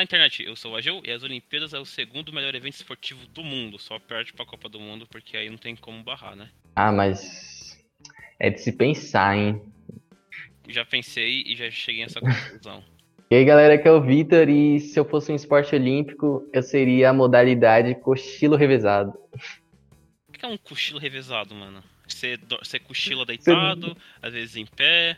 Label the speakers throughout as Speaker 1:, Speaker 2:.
Speaker 1: internet, eu sou o Agil e as Olimpíadas é o segundo melhor evento esportivo do mundo. Só perde pra Copa do Mundo, porque aí não tem como barrar, né?
Speaker 2: Ah, mas. É de se pensar, hein?
Speaker 1: Já pensei e já cheguei nessa conclusão.
Speaker 2: E aí, galera, aqui é o Vitor e se eu fosse um esporte olímpico, eu seria a modalidade cochilo revezado.
Speaker 1: O que é um cochilo revezado, mano? Você, do- você cochila deitado, às vezes em pé,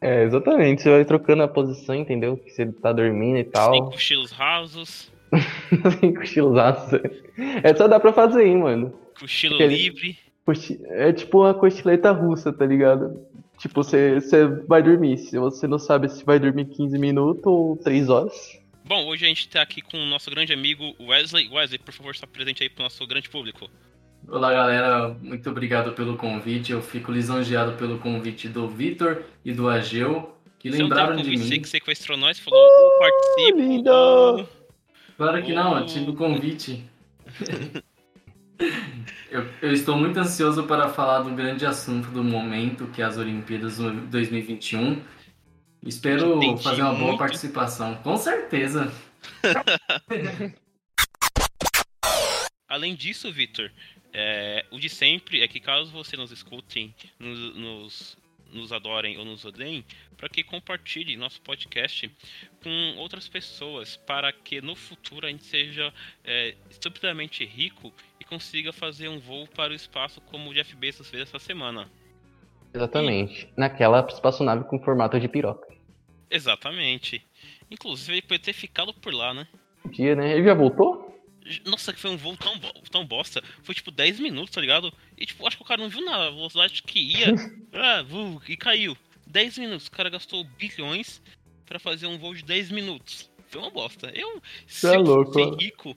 Speaker 2: É, exatamente. Você vai trocando a posição, entendeu? Que você tá dormindo e
Speaker 1: tem
Speaker 2: tal.
Speaker 1: cochilos rasos,
Speaker 2: Sem cochilaço. É só dá pra fazer, hein, mano.
Speaker 1: cochilo
Speaker 2: Aquele-
Speaker 1: livre.
Speaker 2: Cochi- É tipo uma cochileta russa, tá ligado? Tipo, você, você vai dormir. Se você não sabe se vai dormir 15 minutos ou 3 horas.
Speaker 1: Bom, hoje a gente tá aqui com o nosso grande amigo Wesley. Wesley, por favor, está presente aí pro nosso grande público.
Speaker 3: Olá, galera. Muito obrigado pelo convite. Eu fico lisonjeado pelo convite do Vitor e do Ageu, que
Speaker 1: Você não teve
Speaker 3: lembraram de
Speaker 1: convite, você
Speaker 3: mim.
Speaker 1: que sequestrou nós, falou, "Ô, participo. uh."
Speaker 2: lindo!
Speaker 1: ô".
Speaker 3: Claro que não,
Speaker 1: Oh.
Speaker 3: eu tive o convite. eu, eu estou muito ansioso para falar do grande assunto do momento, que é as Olimpíadas no- 2021. Espero
Speaker 1: Entendi
Speaker 3: fazer uma boa
Speaker 1: muito.
Speaker 3: participação. Com certeza.
Speaker 1: Além disso, Vitor, é, o de sempre é que caso você nos escutem, nos, nos- nos adorem ou nos odeiem, para que compartilhe nosso podcast com outras pessoas, para que no futuro a gente seja é, estupidamente rico e consiga fazer um voo para o espaço como o Jeff Bezos fez essa semana.
Speaker 2: Exatamente. Naquela espaçonave com formato de piroca.
Speaker 1: Exatamente. Inclusive, ele podia ter ficado por lá, né?
Speaker 2: Um dia, né? Ele já voltou?
Speaker 1: Nossa, que foi um voo tão, bo- tão bosta. Foi tipo 10 minutos, tá ligado? E tipo, acho que o cara não viu nada. A velocidade que ia. ah, vu, e caiu. 10 minutos. O cara gastou bilhões pra fazer um voo de 10 minutos. Foi uma bosta. Eu, se
Speaker 2: Tá
Speaker 1: eu
Speaker 2: louco,
Speaker 1: fosse
Speaker 2: né?
Speaker 1: rico,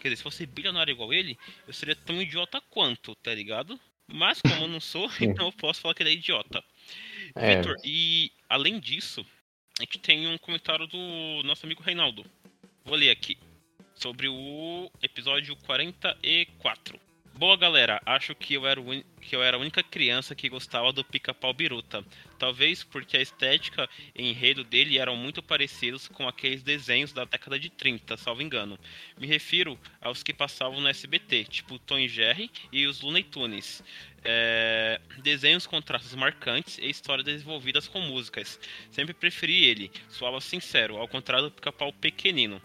Speaker 1: quer dizer, se fosse bilionário igual ele, eu seria tão idiota quanto, tá ligado? Mas como eu não sou, então eu posso falar que ele é idiota.
Speaker 2: É.
Speaker 1: Vitor, e além disso, a gente tem um comentário do nosso amigo Reinaldo. Vou ler aqui. Sobre o episódio 44. Boa galera, acho que eu era, o uni- que eu era a única criança que gostava do pica-pau biruta. Talvez porque a estética e enredo dele eram muito parecidos com aqueles desenhos da década de 30, salvo engano. Me refiro aos que passavam no SBT, tipo Tom e Jerry e os Looney Tunes. É, desenhos com traços marcantes e histórias desenvolvidas com músicas. Sempre preferi ele, soava sincero, ao contrário do pica-pau pequenino.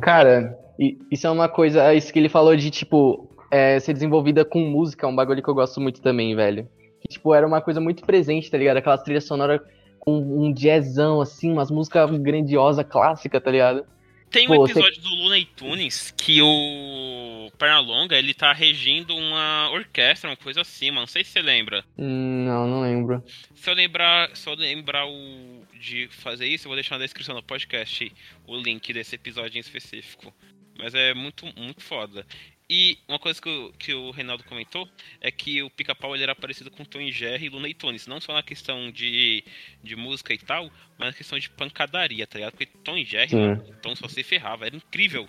Speaker 2: Cara, e- isso é uma coisa. Isso que ele falou de, tipo, é, ser desenvolvida com música é um bagulho que eu gosto muito também, velho. Que, tipo, era uma coisa muito presente, tá ligado? Aquelas trilhas sonoras com um jazzão, assim, umas músicas grandiosas, clássica, tá ligado?
Speaker 1: Tem
Speaker 2: Pô,
Speaker 1: um
Speaker 2: você-
Speaker 1: episódio do Looney Tunes que o Pernalonga, ele tá regindo uma orquestra, uma coisa assim, mano. Não sei se você lembra.
Speaker 2: Hum, não, não lembro.
Speaker 1: Se eu lembrar, se eu lembrar o, de fazer isso, eu vou deixar na descrição do podcast o link desse episódio em específico. Mas é muito, muito foda. E uma coisa que o, que o Reinaldo comentou é que o pica-pau ele era parecido com Tom e Jerry e Luna e Tunes. Não só na questão de, de música e tal, mas na questão de pancadaria, tá ligado? Porque Tom e Jerry,
Speaker 2: Sim.
Speaker 1: mano, Tom só se ferrava, era incrível.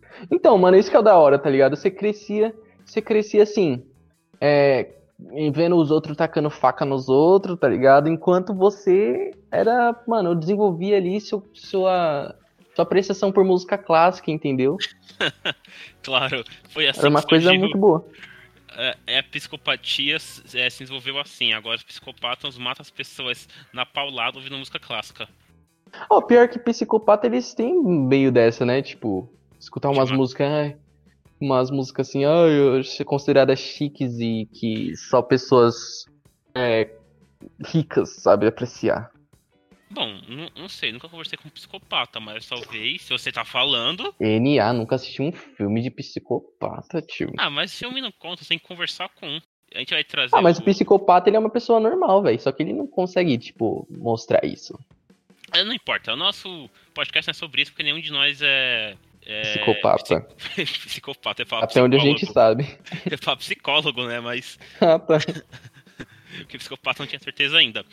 Speaker 2: Então, mano, isso que é o da hora, tá ligado? Você crescia, você crescia assim, é, em vendo os outros tacando faca nos outros, tá ligado? Enquanto você era, mano, desenvolvia ali seu- sua, sua apreciação por música clássica, entendeu?
Speaker 1: Claro, foi assim
Speaker 2: Era uma
Speaker 1: que
Speaker 2: coisa
Speaker 1: surgiu-
Speaker 2: muito boa.
Speaker 1: é, é, a psicopatia se é, se desenvolveu assim. Agora os psicopatas matam as pessoas na paulada ouvindo música clássica.
Speaker 2: Ó, pior que psicopata, eles têm meio dessa, né? Tipo, escutar umas
Speaker 1: Tipo-
Speaker 2: músicas, ai, umas músicas assim, ai, ser consideradas chiques e que só pessoas é, ricas sabem apreciar.
Speaker 1: Bom, não, não sei, nunca conversei com um psicopata, mas talvez, se você tá falando.
Speaker 2: NA, nunca assisti um filme de psicopata, tio.
Speaker 1: Ah, mas filme não conta, você tem que conversar com um. A gente vai trazer.
Speaker 2: Ah, mas o
Speaker 1: o-
Speaker 2: psicopata ele é uma pessoa normal, velho. Só que ele não consegue, tipo, mostrar isso.
Speaker 1: Ah, Não importa, o nosso podcast não é sobre isso, porque nenhum de nós é. é
Speaker 2: Psicopata.
Speaker 1: psi- psicopata, é falar
Speaker 2: Até onde a gente sabe.
Speaker 1: É pra psicólogo, né? Mas.
Speaker 2: Ah, tá.
Speaker 1: Porque psicopata não tinha certeza ainda.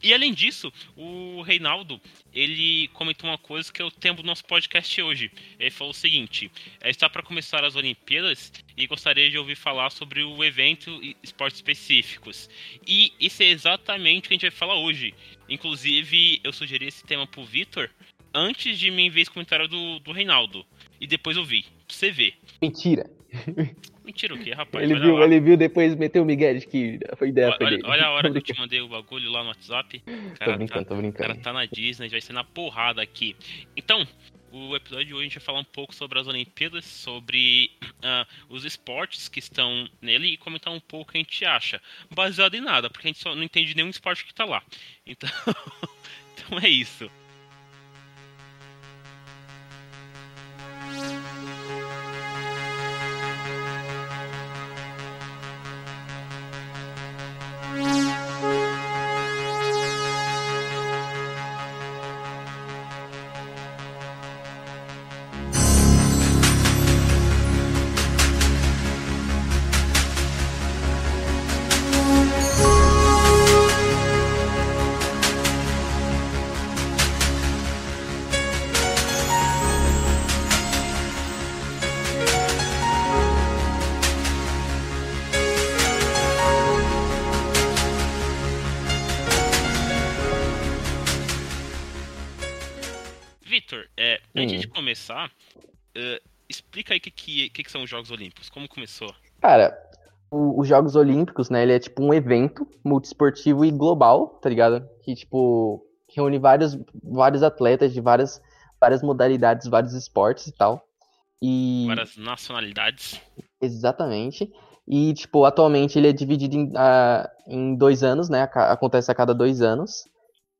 Speaker 1: E além disso, o Reinaldo, ele comentou uma coisa que eu tenho do nosso podcast hoje. Ele falou o seguinte: "É, está para começar as Olimpíadas e gostaria de ouvir falar sobre o evento e esportes específicos. E isso é exatamente o que a gente vai falar hoje. Inclusive, eu sugeri esse tema pro Vitor. antes de mim ver esse comentário do, do Reinaldo. E depois eu vi. Pra você ver.
Speaker 2: Mentira.
Speaker 1: Mentira o quê, rapaz?
Speaker 2: ele,
Speaker 1: Olha
Speaker 2: viu,
Speaker 1: lá.
Speaker 2: ele viu, depois meteu o Miguel de que foi ideia
Speaker 1: Olha,
Speaker 2: foi dele.
Speaker 1: olha- olha a hora que eu te mandei o bagulho lá no WhatsApp.
Speaker 2: Tô
Speaker 1: Cara, tá,
Speaker 2: brincando, tô
Speaker 1: o cara
Speaker 2: brincando.
Speaker 1: tá na Disney, vai ser na porrada aqui. Então, o episódio de hoje a gente vai falar um pouco sobre as Olimpíadas, sobre ah, os esportes que estão nele e comentar um pouco o que a gente acha. Baseado em nada, porque a gente só não entende nenhum esporte que tá lá. Então, então é isso. Vitor, é, antes
Speaker 2: Hum.
Speaker 1: de começar, eh, explica aí o que, que, que que são os Jogos Olímpicos, como começou.
Speaker 2: Cara, o- os Jogos Olímpicos, né, ele é tipo um evento multiesportivo e global, tá ligado? Que, tipo, reúne vários, vários atletas de várias, várias modalidades, vários esportes e tal. E...
Speaker 1: Várias nacionalidades.
Speaker 2: Exatamente. E, tipo, atualmente ele é dividido em, ah, em dois anos, né? Aca- Acontece a cada dois anos.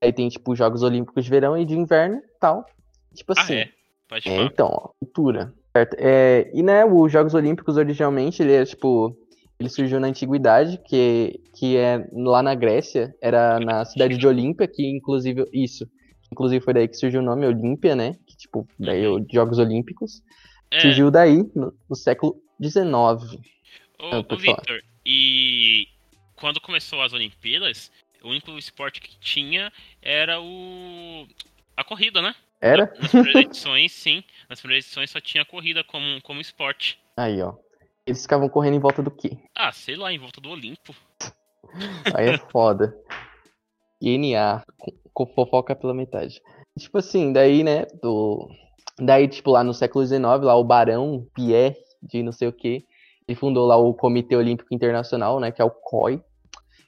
Speaker 2: Aí tem, tipo, Jogos Olímpicos de Verão e de Inverno e tal. Tipo
Speaker 1: Ah,
Speaker 2: assim.
Speaker 1: é? Pode
Speaker 2: É,
Speaker 1: falar.
Speaker 2: então, ó, cultura. Certo? É, e, né, os Jogos Olímpicos, originalmente, ele é, tipo... Ele surgiu na Antiguidade, que, que é lá na Grécia. Era na cidade de Olímpia, que inclusive... Isso. Inclusive foi daí que surgiu o nome Olímpia, né? Que, tipo, daí os Jogos Olímpicos.
Speaker 1: Uhum. É,
Speaker 2: Surgiu daí, no, no século XIX.
Speaker 1: Ô,
Speaker 2: Ah,
Speaker 1: ô
Speaker 2: pode falar.
Speaker 1: Victor, e quando começou as Olimpíadas, o único esporte que tinha era o. a corrida, né?
Speaker 2: Era?
Speaker 1: Nas primeiras edições, sim. Nas primeiras edições só tinha a corrida como, como esporte.
Speaker 2: Aí, ó. Eles ficavam correndo em volta do quê?
Speaker 1: Ah, sei lá, em volta do Olimpo.
Speaker 2: Aí é foda. INA, com, com fofoca pela metade. Tipo assim, daí, né, do... Daí, tipo, lá no século XIX, lá o Barão Pierre de não sei o quê, ele fundou lá o Comitê Olímpico Internacional, né, que é o COI,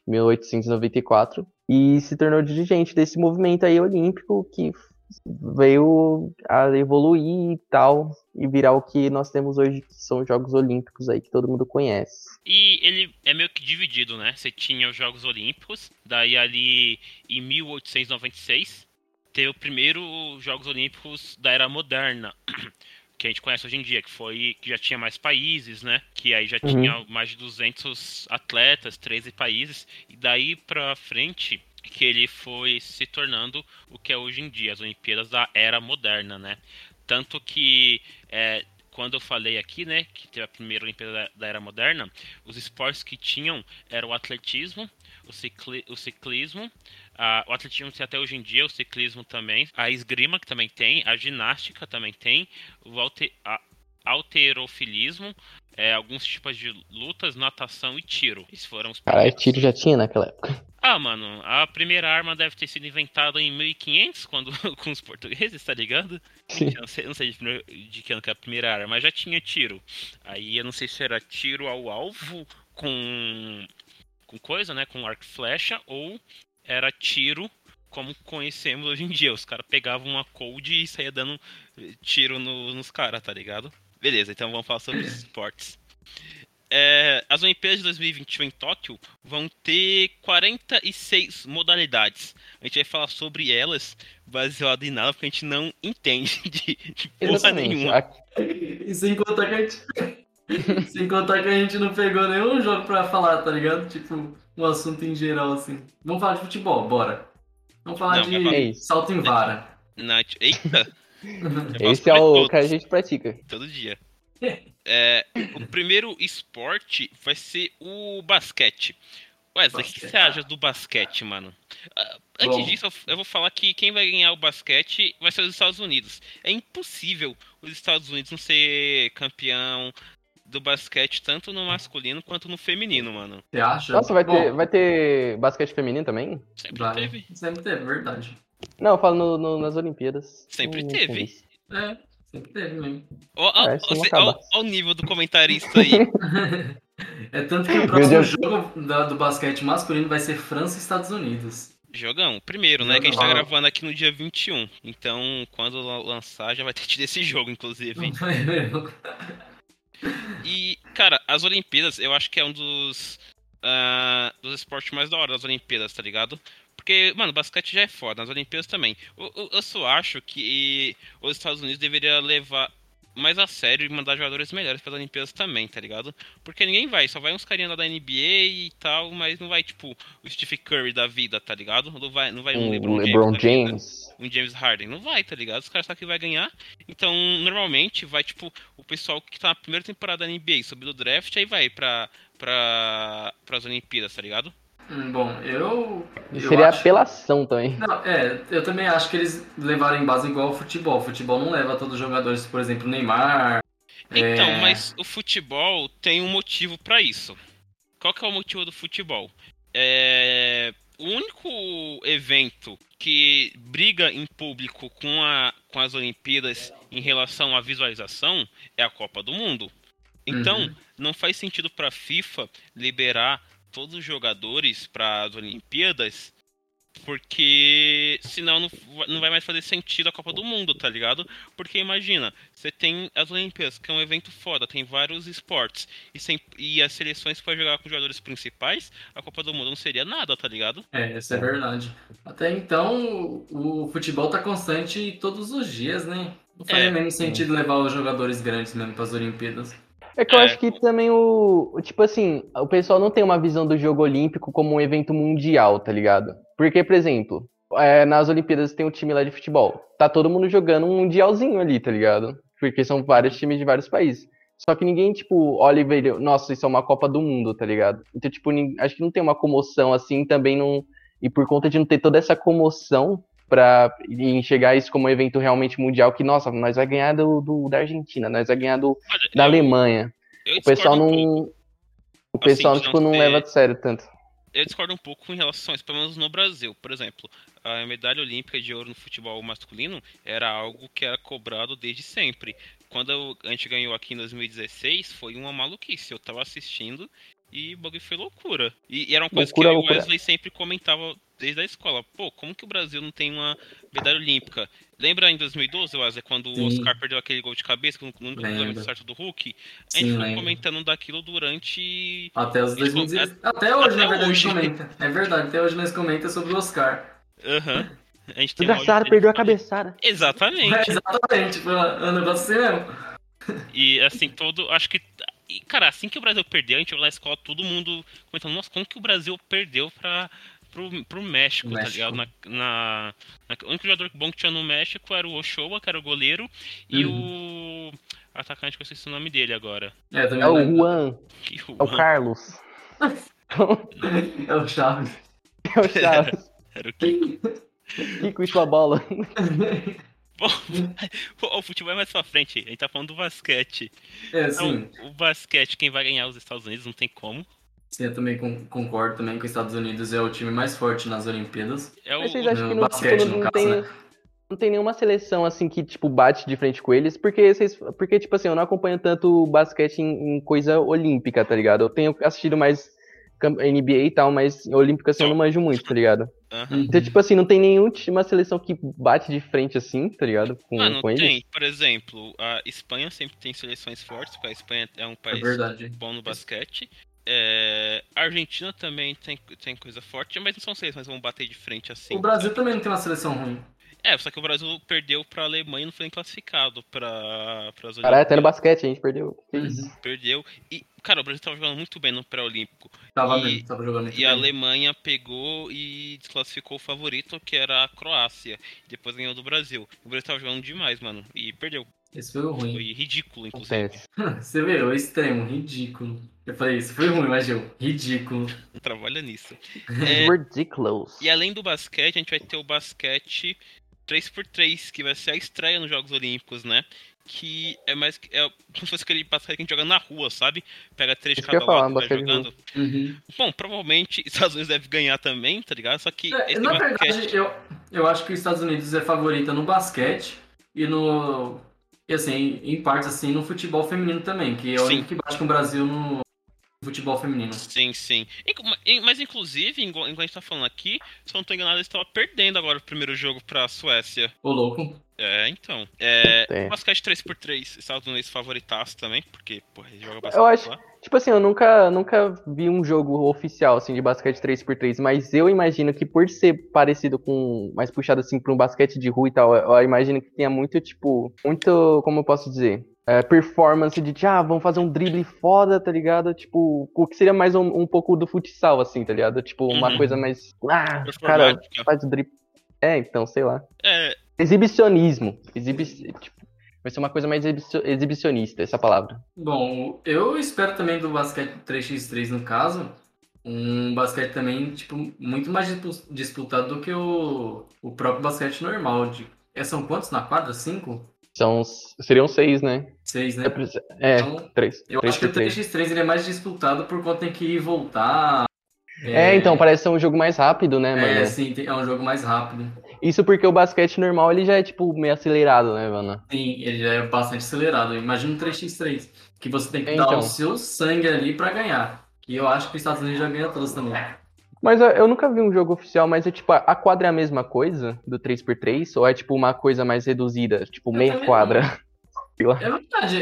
Speaker 2: em 1894, e se tornou dirigente desse movimento aí olímpico que veio a evoluir e tal, e virar o que nós temos hoje, que são os Jogos Olímpicos aí, que todo mundo conhece.
Speaker 1: E ele é meio que dividido, né? Você tinha os Jogos Olímpicos, daí ali em 1896 teve o primeiro Jogos Olímpicos da era moderna, que a gente conhece hoje em dia, que foi que já tinha mais países, né? Que aí já
Speaker 2: Uhum.
Speaker 1: tinha mais de 200 atletas, 13 países, e daí pra frente que ele foi se tornando o que é hoje em dia, as Olimpíadas da era moderna, né? Tanto que é, quando eu falei aqui, né, que teve a primeira Olimpíada da, da Era Moderna, os esportes que tinham eram o atletismo, o, cicli- o ciclismo, a- o atletismo tem até hoje em dia, o ciclismo também, a esgrima que também tem, a ginástica também tem, o alte- a- alterofilismo, é, alguns tipos de lutas, natação e tiro. Esses foram os
Speaker 2: Caralho,
Speaker 1: primeiros.
Speaker 2: tiro já tinha naquela época.
Speaker 1: Ah, mano, a primeira arma deve ter sido inventada em 1500, quando, com os portugueses, tá ligado?
Speaker 2: Sim.
Speaker 1: Eu não sei, não sei de, primeiro- de que ano que é a primeira arma, mas já tinha tiro. Aí eu não sei se era tiro ao alvo com, com coisa, né? Com arco e flecha, ou era tiro como conhecemos hoje em dia. Os caras pegavam uma cold e saía dando eh, tiro no- nos caras, tá ligado? Beleza, então vamos falar sobre os esportes. É, as Olimpíadas de 2021 em Tóquio vão ter 46 modalidades. A gente vai falar sobre elas baseado em nada, porque a gente não entende de, de porra
Speaker 2: Exatamente.
Speaker 1: nenhuma.
Speaker 2: A-
Speaker 3: E sem contar que a gente. sem contar que a gente não pegou nenhum jogo pra falar, tá ligado? Tipo, um assunto em geral, assim. Vamos falar de futebol, bora. Vamos falar
Speaker 1: Não, vai falar.
Speaker 2: É
Speaker 3: de
Speaker 2: isso.
Speaker 3: salto em vara.
Speaker 1: Nath- Eita, eu faço
Speaker 2: Esse é o
Speaker 1: todos,
Speaker 2: que a gente pratica.
Speaker 1: todo dia. É, o primeiro esporte vai ser o basquete. Wesley, o que que
Speaker 3: Basquete.
Speaker 1: você acha do basquete, mano? Ah, Antes
Speaker 3: Bom.
Speaker 1: disso, eu f- eu vou falar que quem vai ganhar o basquete vai ser os Estados Unidos. É impossível os Estados Unidos não ser campeão do basquete, tanto no masculino quanto no feminino, mano.
Speaker 3: Você acha?
Speaker 2: Nossa, vai ter,
Speaker 3: Bom,
Speaker 2: vai ter basquete feminino também?
Speaker 1: Sempre
Speaker 3: vai.
Speaker 1: teve.
Speaker 3: Sempre teve, verdade.
Speaker 2: Não, eu falo no- no- nas Olimpíadas. Hum,
Speaker 1: Sempre
Speaker 2: Não
Speaker 1: teve.
Speaker 2: convence.
Speaker 3: É, sempre teve mesmo.
Speaker 2: É, isso não acaba.
Speaker 1: Olha o nível do comentarista aí.
Speaker 3: É tanto que o próximo
Speaker 2: Deus.
Speaker 3: jogo da- do basquete masculino vai ser França e Estados Unidos.
Speaker 1: Jogão, primeiro, né? Que a gente tá
Speaker 3: Jogão.
Speaker 1: gravando aqui no dia 21. Então, quando la- lançar, já vai ter tido esse jogo, inclusive.
Speaker 3: Uhum.
Speaker 1: E, cara, as Olimpíadas, eu acho que é um dos, ah, dos esportes mais da hora das Olimpíadas, tá ligado? Porque, mano, basquete já é foda, as Olimpíadas também. Eu, eu- eu só acho que os Estados Unidos deveria levar mais a sério e mandar jogadores melhores para as Olimpíadas também, tá ligado? Porque ninguém vai, só vai uns carinha lá da NBA e tal, mas não vai, tipo, o Steve Curry da vida, tá ligado? Não vai, não vai um,
Speaker 2: Um
Speaker 1: LeBron,
Speaker 2: LeBron
Speaker 1: James. da vida
Speaker 2: James.
Speaker 1: um James Harden. Não vai, tá ligado? Os caras sabem que vai ganhar. Então, normalmente, vai, tipo, o pessoal que tá na primeira temporada da NBA, sobe do draft, aí vai pra, pra, pras Olimpíadas, tá ligado?
Speaker 3: Hum, Bom, eu. eu
Speaker 2: Seria
Speaker 3: acho-
Speaker 2: apelação também.
Speaker 3: Não, é, eu também acho que eles levaram em base igual ao futebol. O futebol não leva todos os jogadores, por exemplo, Neymar.
Speaker 1: Então,
Speaker 3: É.
Speaker 1: mas o futebol tem um motivo pra isso. Qual que é o motivo do futebol? É... O único evento que briga em público com, a, com as Olimpíadas em relação à visualização é a Copa do Mundo. Então,
Speaker 3: Uhum.
Speaker 1: não faz sentido pra FIFA liberar todos os jogadores para as Olimpíadas, porque senão não, va- não vai mais fazer sentido a Copa do Mundo, tá ligado? Porque imagina, você tem as Olimpíadas, que é um evento foda, tem vários esportes, e, sem, e as seleções que vai jogar com os jogadores principais, a Copa do Mundo não seria nada, tá ligado?
Speaker 3: É, isso é verdade. Até então, o o futebol tá constante todos os dias, né? Não faria
Speaker 1: É.
Speaker 3: mesmo sentido levar os jogadores grandes mesmo para as Olimpíadas.
Speaker 2: É que eu
Speaker 1: É.
Speaker 2: acho que também o. o Tipo assim, o pessoal não tem uma visão do jogo olímpico como um evento mundial, tá ligado? Porque, por exemplo, é, nas Olimpíadas tem um time lá de futebol. Tá todo mundo jogando um mundialzinho ali, tá ligado? Porque são vários times de vários países. Só que ninguém, tipo, olha e vê, nossa, isso é uma Copa do Mundo, tá ligado? Então, tipo, nin- acho que não tem uma comoção assim, também não. E por conta de não ter toda essa comoção pra e enxergar isso como um evento realmente mundial, que, nossa, nós vai ganhar do, do- da Argentina, nós vai ganhar do,
Speaker 1: Olha,
Speaker 2: da
Speaker 1: eu-
Speaker 2: Alemanha.
Speaker 1: eu
Speaker 2: O pessoal
Speaker 1: discordo um pouco.
Speaker 2: não. O pessoal,
Speaker 1: Assim, de
Speaker 2: tipo,
Speaker 1: não
Speaker 2: não
Speaker 1: ter-
Speaker 2: leva a sério tanto.
Speaker 1: eu discordo um pouco em relação a isso, pelo menos no Brasil. Por exemplo, a medalha olímpica de ouro no futebol masculino era algo que era cobrado desde sempre. Quando a gente ganhou aqui em 2016, foi uma maluquice. Eu tava assistindo e o bagulho foi loucura. E, e era uma coisa
Speaker 2: Loucura,
Speaker 1: que eu e o
Speaker 2: loucura.
Speaker 1: Wesley sempre comentava desde a escola. Pô, como que o Brasil não tem uma medalha olímpica? Lembra em 2012, Wesley, quando
Speaker 3: Sim.
Speaker 1: o Oscar perdeu aquele gol de cabeça, que nunca
Speaker 3: Lembro.
Speaker 1: cruzamento certo do Hulk? A gente
Speaker 3: Sim,
Speaker 1: ficou
Speaker 3: lembro.
Speaker 1: comentando daquilo durante
Speaker 3: Até os
Speaker 1: Tipo,
Speaker 3: 2016. Até hoje, na
Speaker 1: até
Speaker 3: verdade,
Speaker 1: hoje.
Speaker 3: nós comenta. É verdade, até hoje nós comenta sobre o Oscar.
Speaker 1: Aham. A gente tem um
Speaker 2: Engraçado,
Speaker 1: áudio
Speaker 2: perdeu a
Speaker 1: dele.
Speaker 2: cabeçada.
Speaker 3: É,
Speaker 1: Exatamente.
Speaker 3: exatamente, foi um negócio assim mesmo.
Speaker 1: E assim, todo. Acho que. e, cara, assim que o Brasil perdeu, a gente olhou na escola, todo mundo comentando, nossa, como que o Brasil perdeu pra, pro, pro México, tá
Speaker 3: México.
Speaker 1: ligado? Na, na, na- o único jogador bom que tinha no México era o Ochoa, que era o goleiro, e o atacante que eu esqueci o nome dele agora.
Speaker 3: É, também
Speaker 2: É o
Speaker 3: lembro.
Speaker 2: Juan,
Speaker 1: Que
Speaker 2: é o Carlos.
Speaker 3: É o Chaves.
Speaker 2: É o Charles.
Speaker 1: Era o
Speaker 2: Kiko e sua bola.
Speaker 1: Pô, o futebol é mais pra frente, a gente tá falando do basquete.
Speaker 3: É, sim.
Speaker 1: Então, o basquete, quem vai ganhar é os Estados Unidos, não tem como.
Speaker 3: Sim, eu também con- concordo também que os Estados Unidos é o time mais forte nas Olimpíadas.
Speaker 1: É o,
Speaker 2: Mas vocês acham que
Speaker 3: no
Speaker 2: no
Speaker 3: basquete,
Speaker 2: título
Speaker 3: no
Speaker 2: não
Speaker 3: caso,
Speaker 2: tem.
Speaker 3: né?
Speaker 2: Não tem nenhuma seleção assim que, tipo, bate de frente com eles, porque vocês. Porque, tipo assim, eu não acompanho tanto basquete em, em coisa olímpica, tá ligado? Eu tenho assistido mais cam- NBA e tal, mas olímpica assim eu não manjo muito, tá ligado?
Speaker 1: Aham.
Speaker 3: Uhum.
Speaker 2: Então, tipo assim, não tem nenhuma seleção que bate de frente assim, tá ligado? Com,
Speaker 3: Ah,
Speaker 1: Mano,
Speaker 2: com eles.
Speaker 1: tem, por exemplo, a Espanha sempre tem seleções fortes, porque a Espanha é um
Speaker 3: É
Speaker 1: país
Speaker 3: verdade.
Speaker 1: bom no basquete. É, a Argentina também tem, tem coisa forte, mas não são seleções que vão bater de frente assim.
Speaker 3: O Brasil também não tem uma seleção ruim.
Speaker 1: É, só que o Brasil perdeu pra Alemanha e não foi nem classificado pra, pras
Speaker 2: Caralho, tá
Speaker 1: Olimpíadas.
Speaker 2: até no basquete a gente perdeu. Que
Speaker 3: Uhum.
Speaker 2: isso?
Speaker 1: Perdeu. E, cara, o Brasil tava jogando muito bem no pré-olímpico.
Speaker 3: Tava
Speaker 1: E-
Speaker 3: mesmo, tava jogando muito
Speaker 1: E a
Speaker 3: bem.
Speaker 1: Alemanha pegou e desclassificou o favorito, que era a Croácia. Depois ganhou do Brasil. O Brasil tava jogando demais, mano. E perdeu.
Speaker 3: Esse foi o ruim.
Speaker 1: Foi ridículo, inclusive.
Speaker 2: Acontece.
Speaker 3: Você vê, o extremo, ridículo. Eu falei, isso foi ruim, mas eu, ridículo.
Speaker 1: Trabalha nisso. É,
Speaker 2: Ridiculous.
Speaker 1: E além do basquete, a gente vai ter o basquete 3x3, que vai ser a estreia nos Jogos Olímpicos, né? Que é mais que- é como se fosse aquele basquete que a gente joga na rua, sabe? Pega três de
Speaker 2: Isso que eu
Speaker 1: cada
Speaker 2: ia falar,
Speaker 1: lado e vai
Speaker 2: basquete de
Speaker 1: jogando. Uhum. Bom, provavelmente Estados Unidos deve ganhar também, tá ligado? Só que
Speaker 3: É,
Speaker 1: esse
Speaker 3: Na
Speaker 1: basquete.
Speaker 3: verdade, eu, Eu acho que os Estados Unidos é favorita no basquete e no. E assim, em partes assim, no futebol feminino também, que é o
Speaker 1: Sim.
Speaker 3: único que bate com o Brasil no futebol feminino.
Speaker 1: Sim, sim. Inclu- ma- in- Mas inclusive, enquanto a gente tá falando aqui, se eu não tô enganado, eles estavam perdendo agora o primeiro jogo pra Suécia.
Speaker 3: Ô louco.
Speaker 1: É, então. É,
Speaker 2: É.
Speaker 1: Basquete 3x3, Estados Unidos favoritaço também, porque, porra, ele joga bastante
Speaker 2: Eu acho-
Speaker 1: lá.
Speaker 2: Tipo assim, eu nunca, nunca vi um jogo oficial assim de basquete 3x3, mas eu imagino que por ser parecido com mais puxado assim para um basquete de rua e tal, eu, eu imagino que tenha muito tipo, muito, como eu posso dizer, É, performance de, tipo, ah, vamos fazer um drible foda, tá ligado? Tipo, o que seria mais um, um pouco do futsal assim, tá ligado? Tipo, uma
Speaker 1: Uhum. né?
Speaker 2: coisa mais, ah, cara,
Speaker 1: Performática.
Speaker 2: faz o drible. É, então, sei lá.
Speaker 1: É,
Speaker 2: Exibicionismo. Exibi... tipo, vai ser uma coisa mais exibicio- exibicionista essa palavra.
Speaker 3: Bom, eu espero também do basquete 3x3 no caso, um basquete também tipo muito mais dispu- disputado do que o, o próprio basquete normal. De, é, são quantos na quadra? Cinco?
Speaker 2: São, seriam seis, né?
Speaker 3: Seis, né?
Speaker 2: É, pre- é
Speaker 3: Então,
Speaker 2: três.
Speaker 3: eu
Speaker 2: três
Speaker 3: acho que o
Speaker 2: por três.
Speaker 3: 3x3 ele é mais disputado por conta tem que ir e voltar.
Speaker 2: É, então, parece ser um jogo mais rápido, né, mano?
Speaker 3: É, sim, tem- é um jogo mais rápido.
Speaker 2: Isso porque o basquete normal, ele já é, tipo, meio acelerado, né, mano?
Speaker 3: Sim, ele já é bastante acelerado. Imagina um 3x3, que você tem que
Speaker 2: É,
Speaker 3: dar
Speaker 2: então.
Speaker 3: o seu sangue ali pra ganhar. E eu acho que os Estados Unidos já ganha todos também.
Speaker 2: Mas eu, eu nunca vi um jogo oficial, mas é, tipo, a, a quadra é a mesma coisa do 3x3? Ou é, tipo, uma coisa mais reduzida? Tipo,
Speaker 3: Eu
Speaker 2: meia
Speaker 3: também
Speaker 2: quadra?
Speaker 3: É verdade.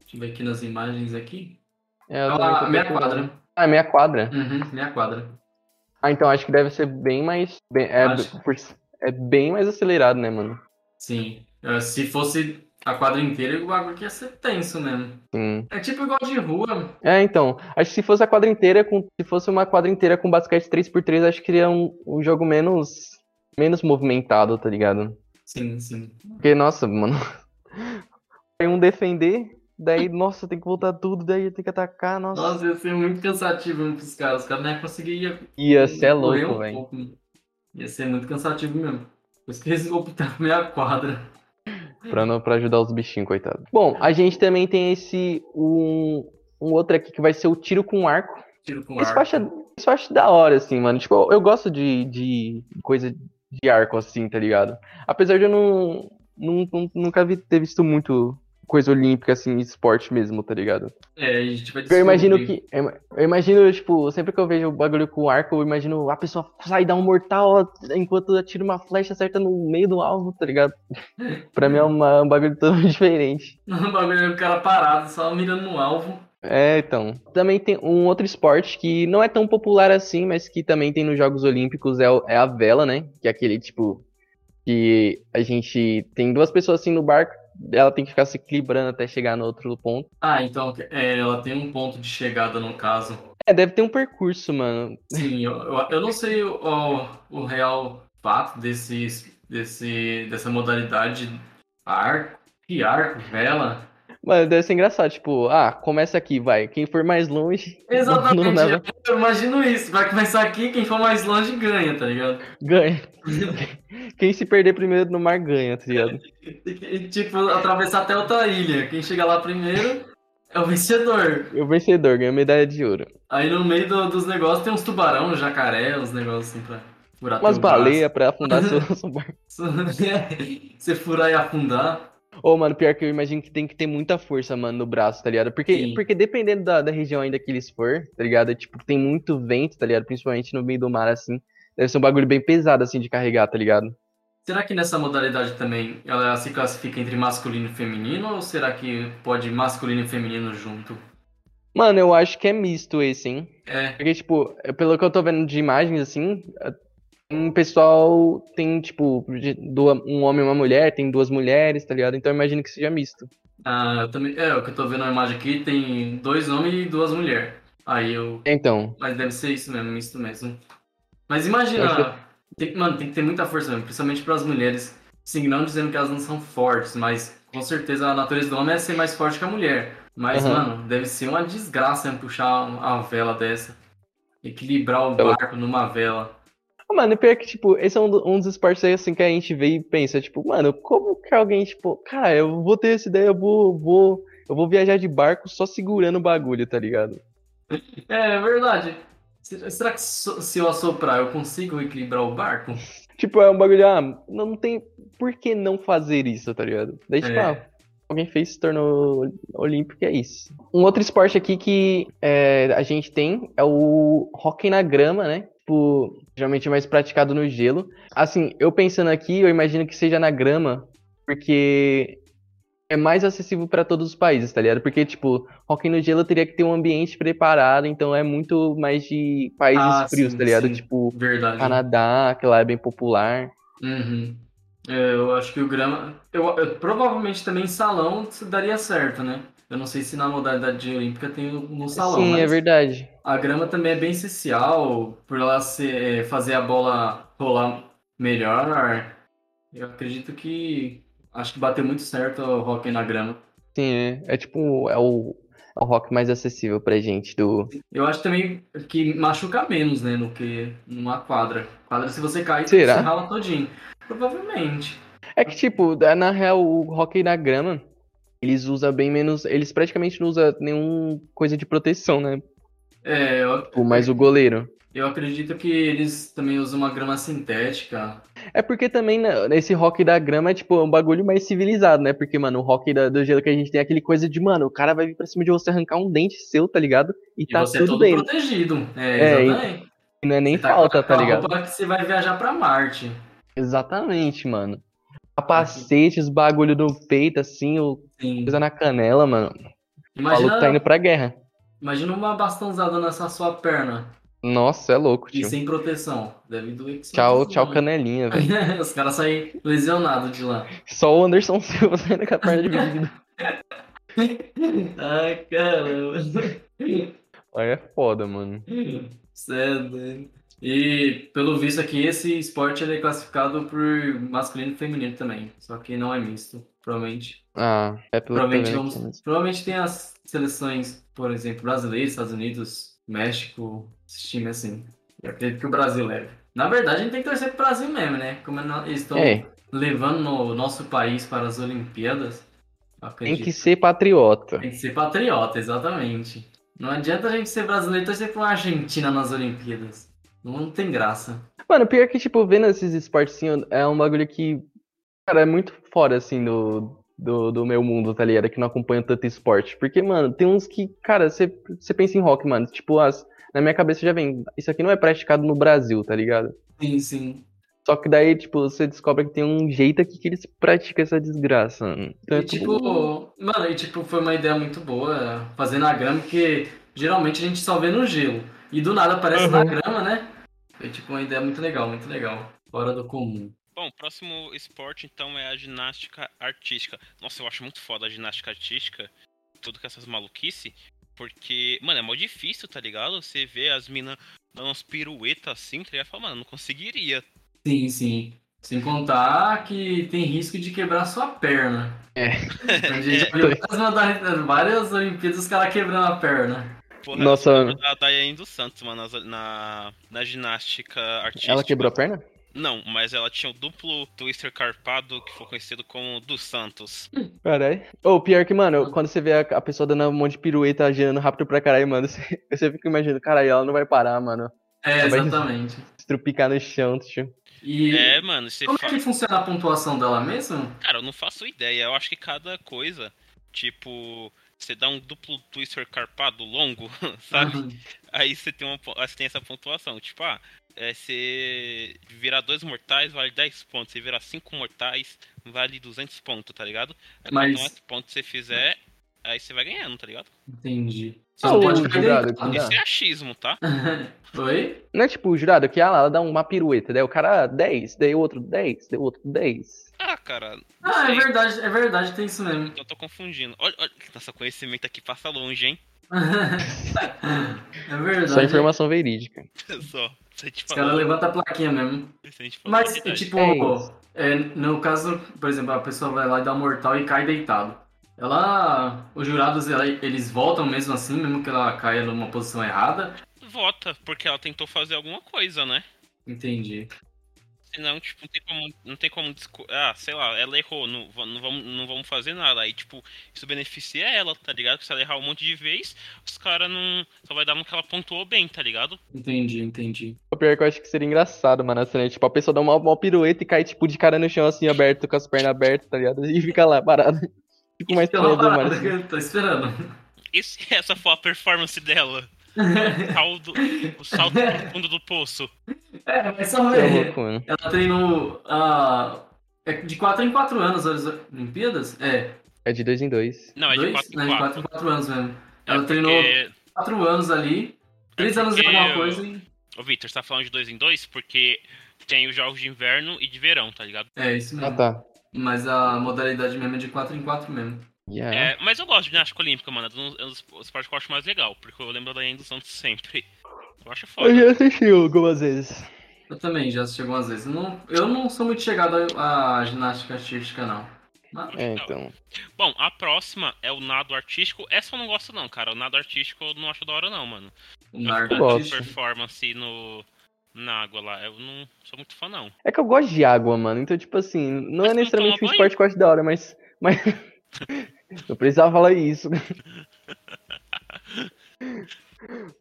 Speaker 3: Deixa eu ver aqui nas imagens aqui.
Speaker 2: É,
Speaker 3: É
Speaker 2: eu também tô
Speaker 3: uma meia
Speaker 2: pensando.
Speaker 3: quadra.
Speaker 2: Ah, é meia quadra?
Speaker 3: Uhum, meia quadra.
Speaker 2: Ah, então acho que deve ser bem mais... bem- é,
Speaker 3: Acho.
Speaker 2: por- é bem mais acelerado, né, mano?
Speaker 3: Sim. Eh, Se fosse a quadra inteira, o bagulho aqui ia ser tenso mesmo.
Speaker 2: Sim.
Speaker 3: É tipo igual de rua.
Speaker 2: É, então, acho que se fosse a quadra inteira, com, se fosse uma quadra inteira com basquete 3x3, acho que seria um, um jogo menos, menos movimentado, tá ligado?
Speaker 3: Sim, sim.
Speaker 2: Porque, nossa, mano, tem um defender, daí, nossa, tem que voltar tudo, daí tem que atacar, nossa.
Speaker 3: Nossa, ia ser muito cansativo mesmo pros caras. Os caras não iam conseguir ia
Speaker 2: Ia ser é
Speaker 3: correr
Speaker 2: louco,
Speaker 3: um
Speaker 2: velho.
Speaker 3: pouco. Ia ser muito cansativo mesmo. Por isso que eles optaram meia quadra.
Speaker 2: Pra, não- pra ajudar os bichinhos, coitado. Bom, a gente também tem esse, um, um outro aqui que vai ser o tiro com arco.
Speaker 3: Tiro com
Speaker 2: Isso eu,
Speaker 3: arco.
Speaker 2: acho, isso eu acho da hora, assim, mano. Tipo, eu, eu gosto de, de coisa de arco, assim, tá ligado? Apesar de eu não, não- não- nunca vi, ter visto muito coisa olímpica, assim, esporte mesmo, tá ligado?
Speaker 3: É, a gente vai
Speaker 2: Porque eu imagino
Speaker 3: descobrir.
Speaker 2: que. Eu eu imagino, tipo, sempre que eu vejo bagulho com arco, eu imagino a pessoa sai dar um mortal ó, enquanto atira uma flecha certa no meio do alvo, tá ligado? pra mim é uma- um bagulho todo diferente.
Speaker 3: O bagulho é o cara parado, só mirando no alvo.
Speaker 2: É, então. Também tem um outro esporte que não é tão popular assim, mas que também tem nos Jogos Olímpicos, é, o- é a vela, né? Que é aquele tipo que a gente tem duas pessoas assim no barco, ela tem que ficar se equilibrando até chegar no outro ponto.
Speaker 3: Ah, então é, ela tem um ponto de chegada no caso.
Speaker 2: É, deve ter um percurso, mano.
Speaker 3: Sim, eu, eu, eu não sei o, o, o real fato desse, desse, dessa modalidade arco, que arco, vela.
Speaker 2: Mano, deve ser engraçado, tipo, ah, começa aqui, vai. Quem for mais longe,
Speaker 3: Exatamente,
Speaker 2: não leva-
Speaker 3: eu imagino isso. Vai começar aqui, quem for mais longe ganha, tá ligado?
Speaker 2: ganha. Quem se perder primeiro no mar ganha, tá ligado?
Speaker 3: E, e, tipo, atravessar até outra ilha. Quem chegar lá primeiro é o vencedor.
Speaker 2: E O vencedor ganha medalha de ouro.
Speaker 3: Aí no meio do- dos negócios tem uns tubarão, uns jacaré, uns negócios assim pra furar
Speaker 2: Umas
Speaker 3: teu braço.
Speaker 2: baleias pra afundar seu, seu barco.
Speaker 3: Você furar e afundar.
Speaker 2: Ô, mano, pior que eu imagino que tem que ter muita força, mano, no braço, tá ligado? Porque,
Speaker 3: Sim.
Speaker 2: porque dependendo da, da região ainda que eles for, tá ligado? Tipo, tem muito vento, tá ligado? Principalmente no meio do mar, assim. Deve ser um bagulho bem pesado, assim, de carregar, tá ligado?
Speaker 3: Será que nessa modalidade também ela se classifica entre masculino e feminino? Ou será que pode masculino e feminino junto?
Speaker 2: Mano, eu acho que é misto esse, hein?
Speaker 3: É,
Speaker 2: Porque, tipo, pelo que eu tô vendo de imagens, assim, um pessoal tem, tipo, de- do- um homem e uma mulher, tem duas mulheres, tá ligado? Então eu imagino que seja misto.
Speaker 3: ah, eu também, é o que eu tô vendo na imagem aqui, tem dois homens e duas mulheres. Aí eu.
Speaker 2: Então,
Speaker 3: Mas deve ser isso mesmo, isso mesmo. Mas
Speaker 2: Eu
Speaker 3: imagina,
Speaker 2: acho
Speaker 3: tem- mano, tem que ter muita força mesmo, principalmente para as mulheres. Sim, não dizendo que elas não são fortes, mas com certeza a natureza do homem é ser mais forte que a mulher. Mas,
Speaker 2: Aham.
Speaker 3: mano, deve ser uma desgraça mesmo puxar uma vela dessa. Equilibrar o
Speaker 2: Pelo-
Speaker 3: barco numa vela.
Speaker 2: Ô, Mano, pior que, tipo, esse é um, do- um dos esportes aí, assim, que a gente vê e pensa, tipo, mano, como que alguém, tipo, cara, eu vou ter essa ideia, eu vou, vou, eu vou viajar de barco só segurando o bagulho, tá ligado?
Speaker 3: É, é verdade. Será será que so- se eu assoprar eu consigo equilibrar o barco?
Speaker 2: Tipo, é um bagulho, ah, não não tem por que não fazer isso, tá ligado? Daí, tipo,
Speaker 3: É.
Speaker 2: ah, alguém fez, se tornou olímpico e é isso. Um outro esporte aqui que é, a gente tem é o hóquei na grama, né? Tipo, geralmente é mais praticado no gelo. Assim, eu pensando aqui, eu imagino que seja na grama, porque é mais acessível pra todos os países, tá ligado? Porque, tipo, hóquei no gelo teria que ter um ambiente preparado, então é muito mais de países
Speaker 3: Ah,
Speaker 2: frios,
Speaker 3: sim,
Speaker 2: tá ligado?
Speaker 3: sim.
Speaker 2: Tipo,
Speaker 3: Verdade.
Speaker 2: Canadá, que lá é bem popular.
Speaker 3: Uhum. É, eu acho que o grama. Eu, eu- provavelmente também em salão se daria certo, né? Eu não sei se na modalidade de olímpica tem no, no salão,
Speaker 2: Sim, é
Speaker 3: mas
Speaker 2: verdade.
Speaker 3: a grama também é bem essencial por ela ser, é, fazer a bola rolar melhor. Eu acredito que. Acho que bateu muito certo o hóquei na grama.
Speaker 2: Sim, é. É tipo, é o, é o rock mais acessível pra gente do.
Speaker 3: Eu acho também que machuca menos, né, do que numa quadra. Quadra, se você cai,
Speaker 2: Será?
Speaker 3: você rala todinho. Provavelmente.
Speaker 2: É que, tipo, da- na real, o rock na grama, eles usam bem menos. Eles praticamente não usam nenhuma coisa de proteção, né?
Speaker 3: É, eu,
Speaker 2: Tipo, mais o goleiro.
Speaker 3: eu acredito que eles também usam uma grama sintética.
Speaker 2: É porque também né, esse rock da grama é tipo um bagulho mais civilizado, né? Porque, mano, o rock da- do gelo que a gente tem é aquele coisa de, mano, o cara vai vir pra cima de você arrancar um dente seu, tá ligado? E,
Speaker 3: E
Speaker 2: tá
Speaker 3: você é
Speaker 2: tudo
Speaker 3: todo
Speaker 2: bem.
Speaker 3: protegido. É,
Speaker 2: É,
Speaker 3: exatamente.
Speaker 2: E Não é nem
Speaker 3: Você tá com
Speaker 2: falta, tá
Speaker 3: aquela
Speaker 2: ligado?
Speaker 3: roupa que você vai viajar pra Marte.
Speaker 2: Exatamente, mano. Capacete, os bagulho no peito, assim, o
Speaker 3: Sim.
Speaker 2: coisa na canela, mano. Falou
Speaker 3: Imagina,
Speaker 2: que tá indo pra guerra.
Speaker 3: imagina uma bastãozada nessa sua perna.
Speaker 2: Nossa, é louco,
Speaker 3: E
Speaker 2: tio.
Speaker 3: sem proteção. Deve doer que só
Speaker 2: Tchau,
Speaker 3: isso,
Speaker 2: tchau,
Speaker 3: né?
Speaker 2: canelinha, velho.
Speaker 3: Os caras saem lesionados de lá.
Speaker 2: Só o Anderson Silva saindo com a perna dividida.
Speaker 3: Ai, caramba.
Speaker 2: Aí é foda, mano.
Speaker 3: Cê é doido. E pelo visto aqui, esse esporte ele é classificado por masculino e feminino também. Só que não é misto, provavelmente.
Speaker 2: Ah, é pelo
Speaker 3: Provavelmente,
Speaker 2: também,
Speaker 3: vamos-
Speaker 2: mas-
Speaker 3: provavelmente tem as seleções, por exemplo, brasileiros, Estados Unidos, México, esses times assim. Eu acredito que o Brasil leve. Na verdade, a gente tem que torcer pro Brasil mesmo, né? Como é no- eles estão
Speaker 2: É,
Speaker 3: levando o nosso país para as Olimpíadas, eu
Speaker 2: tem
Speaker 3: acredito.
Speaker 2: que ser patriota.
Speaker 3: Tem que ser patriota, exatamente. Não adianta a gente ser brasileiro e torcer pra uma Argentina nas Olimpíadas. Não tem graça.
Speaker 2: Mano, pior que, tipo, vendo esses esportes, assim, é um bagulho que, cara, é muito fora, assim, do, do, do meu mundo, tá ligado? Que não acompanho tanto esporte. Porque, mano, tem uns que, cara, você você pensa em rock, mano. Tipo, as, na minha cabeça já vem, isso aqui não é praticado no Brasil, tá ligado?
Speaker 3: Sim, sim.
Speaker 2: Só que daí, tipo, você descobre que tem um jeito aqui que eles praticam essa desgraça, mano. Então, é
Speaker 3: E tipo, mano, e tipo, foi uma ideia muito boa fazer na grama, porque geralmente a gente só vê no gelo. E do nada aparece na
Speaker 2: Uhum.
Speaker 3: grama, né? Foi tipo uma ideia muito legal, muito legal. Fora do comum.
Speaker 1: Bom, o próximo esporte então é a ginástica artística. Nossa, eu acho muito foda a ginástica artística, tudo com essas maluquice, porque, mano, é mó difícil, tá ligado? Você vê as minas dando umas piruetas assim, tá ligado? Fala, mano, eu não conseguiria.
Speaker 3: Sim, sim. Sem contar que tem risco de quebrar sua perna.
Speaker 2: É.
Speaker 3: A gente viu várias modalidades- várias Olimpíadas os caras quebrando a perna.
Speaker 1: Porra,
Speaker 2: Nossa,
Speaker 1: eu
Speaker 2: mano.
Speaker 1: lembro da Daiane dos Santos, mano, nas- na, na ginástica artística.
Speaker 2: ela quebrou a perna?
Speaker 1: Não, mas ela tinha o duplo twister carpado, que foi conhecido como dos Santos.
Speaker 2: Caralho. Ou pior que, mano, quando você vê a, a pessoa dando um monte de pirueta, girando rápido pra caralho, mano, você, você fica imaginando, caralho, ela não vai parar, mano.
Speaker 3: É,
Speaker 2: Mas-
Speaker 3: exatamente.
Speaker 2: estrupicar no chão, tipo. tio.
Speaker 3: E
Speaker 1: É, mano, você
Speaker 3: como é
Speaker 1: fala.
Speaker 3: que funciona a pontuação dela mesmo?
Speaker 1: Cara, eu não faço ideia. Eu acho que cada coisa, tipo, você dá um duplo twister carpado longo,
Speaker 2: Tá.
Speaker 1: sabe?
Speaker 3: Uhum.
Speaker 1: Aí você tem, uma, po- aí você tem essa pontuação. Tipo, ah, é, você virar dois mortais vale 10 pontos. Você virar cinco mortais vale 200 pontos, tá ligado? Aí
Speaker 3: Mas-
Speaker 1: quanto mais pontos você fizer, aí você vai ganhando, tá ligado?
Speaker 3: Entendi.
Speaker 2: Ah,
Speaker 3: Só
Speaker 2: o
Speaker 3: pode perder.
Speaker 2: jurado,
Speaker 3: em
Speaker 2: Ah.
Speaker 1: Isso é achismo, tá?
Speaker 3: casa. Oi?
Speaker 2: Não é tipo o jurado que ah, lá, ela dá uma pirueta, daí o cara ah, 10, daí o outro 10, daí o outro 10.
Speaker 1: Ah, cara. não
Speaker 3: Ah, é
Speaker 1: sei.
Speaker 3: verdade, é verdade, tem isso mesmo.
Speaker 1: Eu tô confundindo. Olha, olha, nossa, conhecimento aqui passa longe, hein?
Speaker 3: é verdade.
Speaker 2: Só informação verídica.
Speaker 1: Só, se a gente
Speaker 3: Os caras
Speaker 1: falar,
Speaker 3: levantam a plaquinha mesmo.
Speaker 1: se a gente falar a
Speaker 3: Mas,
Speaker 1: verdade.
Speaker 3: tipo,
Speaker 2: É isso.
Speaker 3: é, no caso, por exemplo, a pessoa vai lá e dá um mortal e cai deitado. Ela. Os jurados, ela- eles voltam mesmo assim, mesmo que ela caia numa posição errada.
Speaker 1: vota, porque ela tentou fazer alguma coisa, né?
Speaker 3: Entendi.
Speaker 1: Senão, tipo, não tem como, não tem como discu- Ah, sei lá, ela errou, não, va- não, vamos, não vamos fazer nada. Aí, tipo, isso beneficia ela, tá ligado? Porque se ela errar um monte de vez, os caras não. Só vai dar no que ela pontuou bem, tá ligado?
Speaker 3: Entendi, entendi.
Speaker 2: O pior é que eu acho que seria engraçado, mano, assim, né? Tipo, a pessoa dá uma, uma pirueta e cai, tipo, de cara no chão, assim, aberto, com as pernas abertas, tá ligado? E fica lá, parado. Fica mais
Speaker 3: Então,
Speaker 2: estranho do mar,
Speaker 3: parada
Speaker 2: assim.
Speaker 3: que eu tô esperando.
Speaker 1: Esse, essa foi a performance dela. Saldo, o salto pro fundo do poço.
Speaker 3: É, mas só
Speaker 2: Que
Speaker 3: ver.
Speaker 2: louco, mano.
Speaker 3: Ela treinou ah, é de 4 em 4 anos as Olimpíadas? É,
Speaker 2: É de dois em dois.
Speaker 1: Não, é de
Speaker 3: dois?
Speaker 1: 4
Speaker 3: Não,
Speaker 1: em
Speaker 3: de 4
Speaker 1: 4.
Speaker 3: em 4 anos mesmo.
Speaker 1: É
Speaker 3: Ela treinou
Speaker 1: porque- é
Speaker 3: 4 anos ali, 3 anos em
Speaker 1: porque
Speaker 3: alguma
Speaker 1: eu-
Speaker 3: coisa e...
Speaker 1: Ô, Victor, você tá falando de dois em dois porque tem os jogos de inverno e de verão, tá ligado?
Speaker 3: É, isso
Speaker 2: Ah,
Speaker 3: mesmo.
Speaker 2: tá.
Speaker 3: Mas a modalidade mesmo é de 4 em 4 mesmo.
Speaker 2: Yeah.
Speaker 1: É, mas eu gosto de ginástica olímpica, mano. É um é um dos esportes que eu acho mais legal, porque eu lembro da Ian dos Santos sempre. Eu acho
Speaker 2: Eu
Speaker 1: foda.
Speaker 2: já assisti algumas vezes.
Speaker 3: Eu também já assisti algumas vezes. Não, eu não sou muito chegado à à ginástica artística, não. Mas,
Speaker 2: É, então.
Speaker 1: Bom, a próxima é o nado artístico. Essa eu não gosto, não, cara. O nado artístico eu não acho da hora, não, mano.
Speaker 3: o
Speaker 1: Eu
Speaker 3: Nardo
Speaker 1: acho
Speaker 2: gosto.
Speaker 1: que a performance no. Na água lá, eu não sou muito fã, não.
Speaker 2: É que eu gosto de água, mano. Então, tipo assim, não
Speaker 1: Mas não
Speaker 2: é necessariamente um
Speaker 1: toma banho?
Speaker 2: esporte que eu acho da hora, mas. mas... eu precisava falar isso.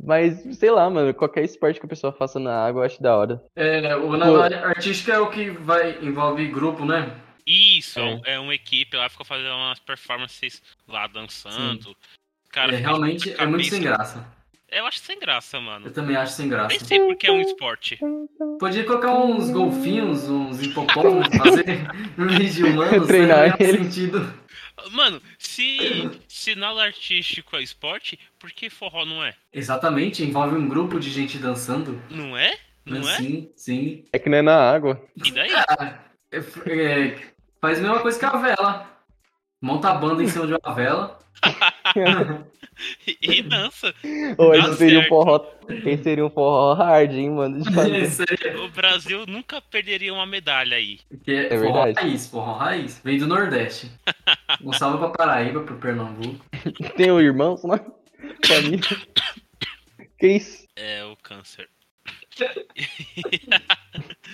Speaker 2: mas, sei lá, mano, qualquer esporte que a pessoa faça na água eu acho da hora.
Speaker 3: É, o nado artístico é o que vai, envolve grupo, né?
Speaker 1: Isso, é, um- é uma equipe lá, fica fazendo umas performances lá dançando. Cara,
Speaker 3: É,
Speaker 1: fica
Speaker 3: realmente
Speaker 1: muita
Speaker 3: é muito sem
Speaker 1: cabeça.
Speaker 3: graça.
Speaker 1: Eu acho sem graça, mano.
Speaker 3: Eu também acho sem
Speaker 1: Nem
Speaker 3: graça.
Speaker 1: sei porque é um esporte.
Speaker 3: Podia colocar uns golfinhos, uns hipopótamos, fazer em vez de humanos,
Speaker 2: Treinar
Speaker 3: né? Não faz
Speaker 2: eles.
Speaker 3: sentido.
Speaker 1: Mano, se, se nada artístico é esporte, por que forró não é?
Speaker 3: Exatamente, envolve um grupo de gente dançando.
Speaker 1: Não é? Não é?
Speaker 3: Sim, sim.
Speaker 2: É que não é na água.
Speaker 1: E daí?
Speaker 3: É, é, faz a mesma coisa que a vela. Monta a banda em cima de uma vela.
Speaker 1: E- E dança.
Speaker 2: Ou
Speaker 1: Tá
Speaker 2: esse seria um
Speaker 1: certo.
Speaker 2: forró. Esse seria um forró hard, hein, mano? De fazer.
Speaker 3: Isso aí.
Speaker 1: O Brasil nunca perderia uma medalha aí.
Speaker 3: Porque é
Speaker 2: É
Speaker 3: forró
Speaker 2: verdade.
Speaker 3: raiz, forró raiz. Vem do Nordeste. Um salve pra Paraíba, pro Pernambuco.
Speaker 2: Tem o irmão, só Família. Que isso?
Speaker 1: É o câncer.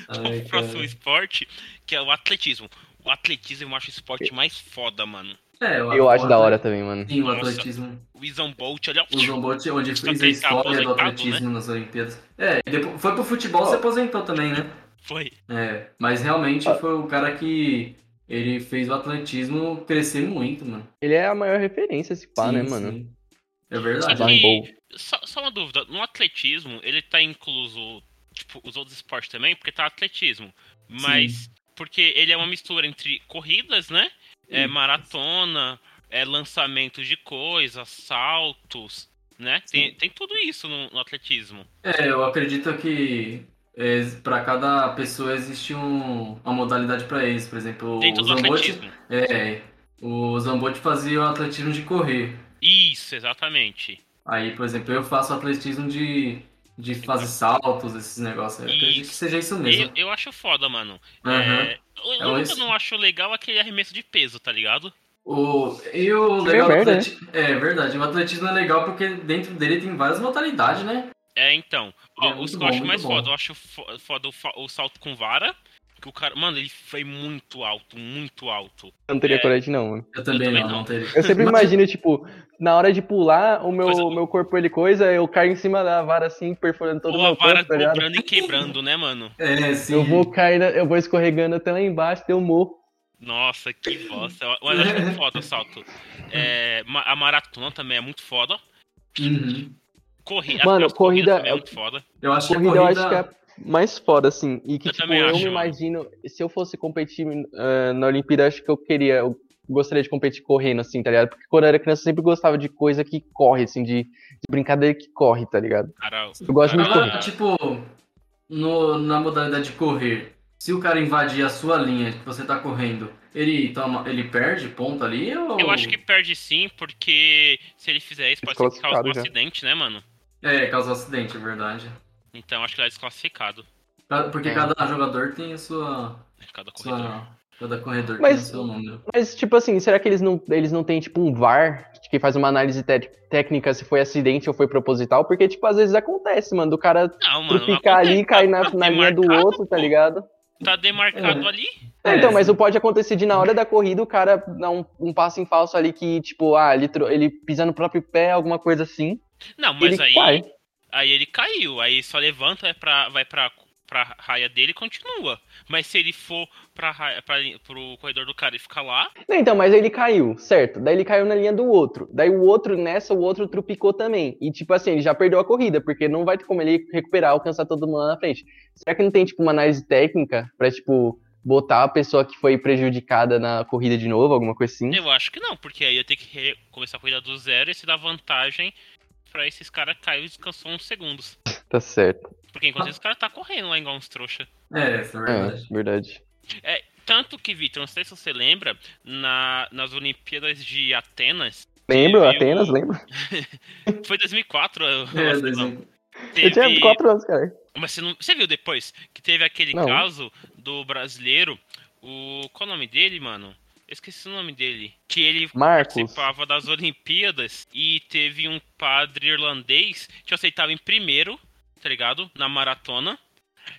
Speaker 3: Ai,
Speaker 1: o próximo
Speaker 3: É, cara.
Speaker 1: esporte, que é o atletismo. O atletismo eu acho o esporte mais foda, mano.
Speaker 3: É,
Speaker 2: Eu acho da hora
Speaker 3: atleta-
Speaker 2: também, mano.
Speaker 3: Sim, o
Speaker 1: Nossa.
Speaker 3: atletismo.
Speaker 1: O Usain Bolt ali, ó.
Speaker 3: O Zombolt, onde
Speaker 1: Só
Speaker 3: fez
Speaker 1: que
Speaker 3: a
Speaker 1: ele tá
Speaker 3: história do
Speaker 1: aposentado,
Speaker 3: atletismo nas Olimpíadas. É, e depois, foi pro futebol, se aposentou também, né?
Speaker 1: Foi.
Speaker 3: É, mas
Speaker 2: Ah.
Speaker 3: realmente foi o cara que ele fez o atletismo crescer muito, mano.
Speaker 2: Ele é a maior referência, esse pá,
Speaker 3: Sim,
Speaker 2: né, mano? Tá
Speaker 3: sim. É
Speaker 1: Só
Speaker 3: verdade.
Speaker 1: que-
Speaker 2: Usain Bolt.
Speaker 1: Só, só uma dúvida, no atletismo, ele tá incluso, tipo, os outros esportes também, porque tá atletismo. Mas, porque ele é uma mistura entre corridas, né? É,
Speaker 3: Sim.
Speaker 1: maratona, é lançamento de coisas, saltos, né? Tem,
Speaker 3: Sim.
Speaker 1: tem tudo isso no, no atletismo.
Speaker 3: É, eu acredito que é, pra cada pessoa existe um- uma modalidade pra eles. Por exemplo,
Speaker 1: Dentro
Speaker 3: o
Speaker 1: do
Speaker 3: Zambotti,
Speaker 1: atletismo.
Speaker 3: é, o Zambotti fazia o atletismo de correr.
Speaker 1: Isso, exatamente.
Speaker 3: Aí, por exemplo, eu faço atletismo de, de fazer saltos, esses negócios. Eu acredito que
Speaker 1: Isso.
Speaker 3: seja isso
Speaker 1: Eu,
Speaker 3: mesmo.
Speaker 1: eu acho foda, mano.
Speaker 3: Aham.
Speaker 1: É, o
Speaker 3: É
Speaker 1: único que
Speaker 3: isso.
Speaker 1: eu não acho legal é aquele arremesso de peso, tá ligado?
Speaker 3: O, e o
Speaker 2: Que
Speaker 3: legal do
Speaker 2: merda, né?
Speaker 3: atleti- É verdade, o atletismo é legal porque dentro dele tem várias modalidades, né?
Speaker 1: É, então. Ó,
Speaker 2: Ah,
Speaker 3: É muito
Speaker 1: os que
Speaker 3: bom,
Speaker 1: eu acho
Speaker 3: muito
Speaker 1: mais
Speaker 3: bom.
Speaker 1: foda, eu acho fo- foda o, fa- o salto com vara. Que o cara. Mano, ele foi muito alto, muito alto.
Speaker 2: Eu não teria
Speaker 1: É.
Speaker 2: coragem, não, mano.
Speaker 3: Eu também,
Speaker 1: também
Speaker 3: não,
Speaker 1: não.
Speaker 3: não teria.
Speaker 2: Eu sempre
Speaker 3: Mas-
Speaker 2: imagino, tipo, na hora de pular, o meu,
Speaker 1: Coisa do-
Speaker 2: meu corpo ele coisa, eu caio em cima da vara assim, perfurando todo o
Speaker 1: Ou a
Speaker 2: meu
Speaker 1: vara
Speaker 2: corpo, tá ligado?
Speaker 1: dobrando e quebrando, né, mano?
Speaker 3: É, sim.
Speaker 2: Eu vou cair, na- eu vou escorregando até lá embaixo, eu morro.
Speaker 1: Nossa, que bosta. Eu- Mas eu acho muito foda o salto. É, ma- a maratona também é muito foda.
Speaker 3: Uhum.
Speaker 1: Corri, as
Speaker 2: Mano,
Speaker 1: próprias
Speaker 2: corrida
Speaker 1: corridas também é
Speaker 2: é-
Speaker 1: muito foda.
Speaker 3: Eu acho que a
Speaker 2: Corrida
Speaker 3: corrida.
Speaker 2: eu acho que é a mais foda, assim. E que,
Speaker 1: Eu
Speaker 2: tipo,
Speaker 1: também
Speaker 2: eu
Speaker 1: acho,
Speaker 2: me
Speaker 1: mano.
Speaker 2: imagino, se eu fosse competir eh, na Olimpíada, eu acho que eu queria, eu gostaria de competir correndo, assim, tá ligado? Porque quando eu era criança eu sempre gostava de coisa que corre, assim, de, de brincadeira que corre, tá ligado?
Speaker 1: Cara,
Speaker 2: Eu gosto muito de
Speaker 1: Agora,
Speaker 2: correr.
Speaker 3: Agora, tipo, no, na modalidade de correr, se o cara invadir a sua linha que você tá correndo, ele toma, ele perde ponto ali? Ou...
Speaker 1: eu acho que perde sim, porque se ele fizer isso, pode ser que cause
Speaker 2: Desclassificado
Speaker 1: um
Speaker 2: já.
Speaker 1: acidente, né, mano?
Speaker 3: É, causa acidente, é verdade.
Speaker 1: Então acho que ele é desclassificado. né,
Speaker 3: Ca- Porque
Speaker 2: É.
Speaker 3: cada jogador tem a sua.
Speaker 1: Cada corredor.
Speaker 3: sua cada corredor tem
Speaker 2: Mas-
Speaker 3: o seu número.
Speaker 2: Mas, tipo assim, será que eles não, eles não têm, tipo, um VAR que faz uma análise te- técnica se foi acidente ou foi proposital? Porque, tipo, às vezes acontece, mano, do cara
Speaker 1: Não, mano. não
Speaker 2: ficar ali
Speaker 1: acontece.
Speaker 2: e cair na,
Speaker 1: Tá
Speaker 2: na linha do
Speaker 1: marcado,
Speaker 2: outro, tá
Speaker 1: pô.
Speaker 2: ligado?
Speaker 1: Tá demarcado
Speaker 3: É.
Speaker 1: ali?
Speaker 2: É, então, mas o pode acontecer de na hora da corrida o cara dar um, um passo em falso ali que, tipo, ah, ele, tro- ele pisa no próprio pé, alguma coisa assim.
Speaker 1: Não, mas
Speaker 2: ele
Speaker 1: aí.
Speaker 2: cai.
Speaker 1: Aí ele caiu, aí só levanta, vai pra, vai pra, pra raia dele e continua. Mas se ele for pra, raia, pra, li- pro corredor do cara e ficar lá,
Speaker 2: Não, então, mas ele caiu, certo. Daí ele caiu na linha do outro. Daí o outro, nessa, o outro trupicou também. E, tipo assim, ele já perdeu a corrida, porque não vai ter como ele recuperar, alcançar todo mundo lá na frente. Será que não tem, tipo, uma análise técnica pra, tipo, botar a pessoa que foi prejudicada na corrida de novo, alguma coisa assim?
Speaker 1: eu acho que não, porque aí eu tenho que re- começar a corrida do zero e se dar vantagem pra esses caras caiu e descansou uns segundos.
Speaker 2: Tá certo.
Speaker 1: Porque
Speaker 2: Ah.
Speaker 1: enquanto isso, o cara tá correndo lá igual uns trouxa.
Speaker 3: É, essa é a verdade.
Speaker 2: É, verdade.
Speaker 1: Tanto que, Vitor, não sei se você lembra, na, nas Olimpíadas de Atenas,
Speaker 2: Lembro,
Speaker 1: Teve um-
Speaker 2: Atenas,
Speaker 1: o-
Speaker 2: lembro.
Speaker 1: foi 2004, eu,
Speaker 3: É,
Speaker 1: eu-
Speaker 3: dois mil-
Speaker 2: Eu tinha
Speaker 1: teve-
Speaker 2: quatro anos, cara.
Speaker 1: Mas você, não, você viu depois que teve aquele
Speaker 2: Não.
Speaker 1: caso do brasileiro, o. Qual o nome dele, mano? Eu esqueci o nome dele. Que ele
Speaker 2: Marcos.
Speaker 1: participava das Olimpíadas e teve um padre irlandês que aceitava em primeiro, tá ligado? Na maratona.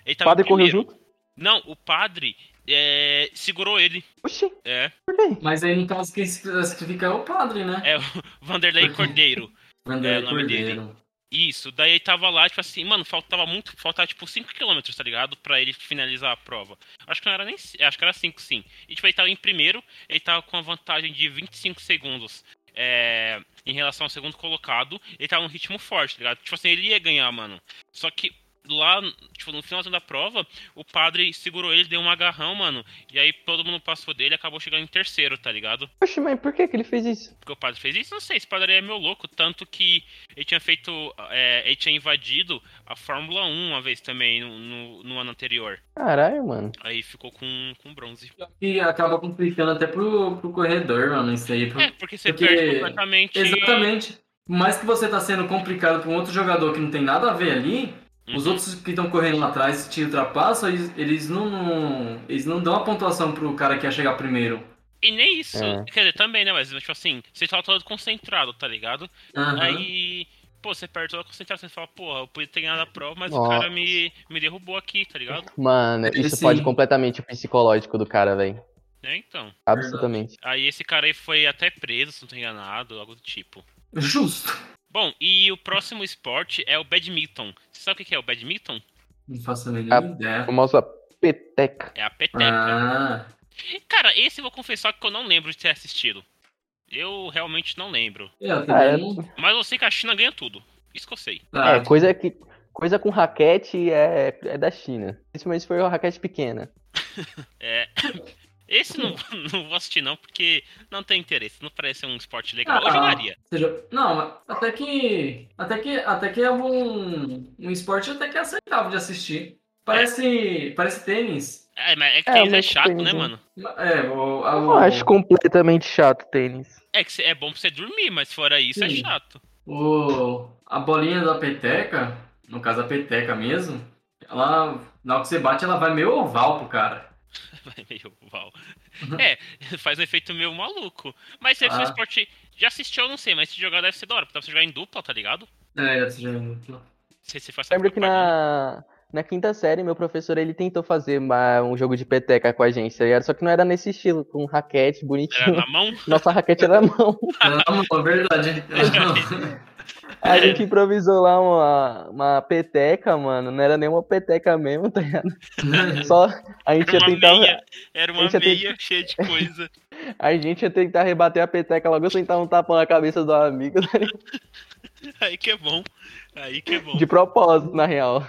Speaker 1: Ele
Speaker 2: O
Speaker 1: tava em
Speaker 2: padre correu
Speaker 1: primeiro.
Speaker 2: junto.
Speaker 1: Não, o padre é, segurou ele.
Speaker 2: Oxi,
Speaker 1: É.
Speaker 2: por quê?
Speaker 3: Mas aí, no caso, quem se classifica é o padre, né?
Speaker 1: É o Vanderlei Cordeiro.
Speaker 3: Vanderlei
Speaker 1: é o nome
Speaker 3: Cordeiro.
Speaker 1: Isso, daí ele tava lá, tipo assim, mano, faltava muito, faltava tipo 5km, tá ligado? Pra ele finalizar a prova. Acho que não era nem, c- acho que era 5 sim. E tipo, ele tava em primeiro, ele tava com uma vantagem de 25 segundos é, em relação ao segundo colocado, ele tava num ritmo forte, tá ligado? Tipo assim, ele ia ganhar, mano. Só que lá, tipo, no finalzinho da prova, o padre segurou ele, deu um agarrão, mano, e aí todo mundo passou dele e acabou chegando em terceiro, tá ligado?
Speaker 2: Oxi, mas por que que ele fez isso?
Speaker 1: porque o padre fez isso, não sei, esse padre é meu louco, tanto que ele tinha feito, é, ele tinha invadido a Fórmula 1 uma vez também, no, no- no ano anterior,
Speaker 2: Caralho, mano.
Speaker 1: aí ficou com, com bronze.
Speaker 3: E acaba complicando até pro, pro corredor, mano, isso aí. pro-
Speaker 1: É, porque você
Speaker 3: Porque-
Speaker 1: perde completamente...
Speaker 3: Exatamente. Por mais que você tá sendo complicado pra um outro jogador que não tem nada a ver ali,
Speaker 1: Uhum.
Speaker 3: os outros que estão correndo lá atrás te ultrapassam, eles, eles não, não- eles não dão a pontuação pro cara que ia chegar primeiro.
Speaker 1: E nem isso,
Speaker 2: É.
Speaker 1: quer dizer, também, né, mas tipo assim, você tá todo concentrado, tá ligado?
Speaker 3: Aham.
Speaker 1: Aí, pô, você perde toda a concentração, você fala, porra, eu podia ter ganhado a prova, mas o
Speaker 2: Nossa.
Speaker 1: cara me, me derrubou aqui, tá ligado?
Speaker 2: Mano,
Speaker 3: Deve
Speaker 2: isso
Speaker 3: ser.
Speaker 2: pode completamente o psicológico do cara, velho.
Speaker 1: Né, então.
Speaker 2: Absolutamente.
Speaker 1: Aí esse cara aí foi até preso, se não tô enganado, algo do tipo.
Speaker 3: Justo.
Speaker 1: Bom, e o próximo esporte é o badminton. Você sabe o que que é o badminton?
Speaker 3: Não faço a mínima
Speaker 2: Ah.
Speaker 3: ideia.
Speaker 2: Famosa peteca.
Speaker 1: É a peteca.
Speaker 3: Ah,
Speaker 1: Cara, esse eu vou confessar que eu não lembro de ter assistido. Eu realmente não lembro.
Speaker 3: eu
Speaker 2: Ah, é,
Speaker 3: também.
Speaker 1: Mas eu sei que a China ganha tudo. Isso que eu sei.
Speaker 3: Ah,
Speaker 2: é, coisa que. Coisa com raquete é, é da China. Principalmente se for uma raquete pequena.
Speaker 1: É. Esse não, não vou assistir, não, porque não tem interesse. Não parece um esporte legal. Eu
Speaker 3: Ah.
Speaker 1: jogaria.
Speaker 3: Ou seja, não, mas até que. Até que, até que é um, um esporte até que é aceitável de assistir. Parece, parece tênis.
Speaker 1: É, mas é que
Speaker 2: É,
Speaker 1: tênis é
Speaker 2: mas
Speaker 1: chato,
Speaker 2: tem,
Speaker 1: né,
Speaker 2: né?
Speaker 1: mano?
Speaker 3: É, o, a-
Speaker 2: Eu
Speaker 3: o-
Speaker 2: acho completamente chato tênis.
Speaker 1: É que cê- é bom pra você dormir, mas fora isso é
Speaker 3: Sim.
Speaker 1: chato.
Speaker 3: o- a bolinha da peteca, no caso a peteca mesmo, ela, na hora que você bate, ela vai meio oval pro cara.
Speaker 1: Vai meio uau. É, faz um efeito meio maluco. Mas deve ser um
Speaker 3: Uhum. Ah.
Speaker 1: esporte. Já assistiu, eu não sei, mas se jogar deve ser da hora, porque dá pra você jogar em dupla, tá ligado?
Speaker 3: É, você já- Não,
Speaker 1: Você, você faz essa
Speaker 2: Lembro que
Speaker 1: propaganda.
Speaker 2: na, na quinta série, meu professor ele tentou fazer uma- um jogo de peteca com a gente, tá ligado? Só que não era nesse estilo, com raquete
Speaker 1: Era
Speaker 2: bonitinho.
Speaker 1: na mão?
Speaker 2: Nossa raquete era na mão.
Speaker 3: não, é verdade.
Speaker 2: A
Speaker 1: É.
Speaker 2: gente improvisou lá uma, uma peteca, mano. Não era nenhuma peteca mesmo, tá ligado? Só a gente
Speaker 1: Era
Speaker 2: ia
Speaker 1: uma
Speaker 2: tentar.
Speaker 1: meia, era uma
Speaker 2: Deixa eu ter-
Speaker 1: meia cheia de coisa.
Speaker 2: A gente ia tentar rebater a peteca logo eu sentar um tapa na cabeça do amigo. tá ligado?
Speaker 1: Aí que é bom. Aí que é bom.
Speaker 2: De propósito, na real.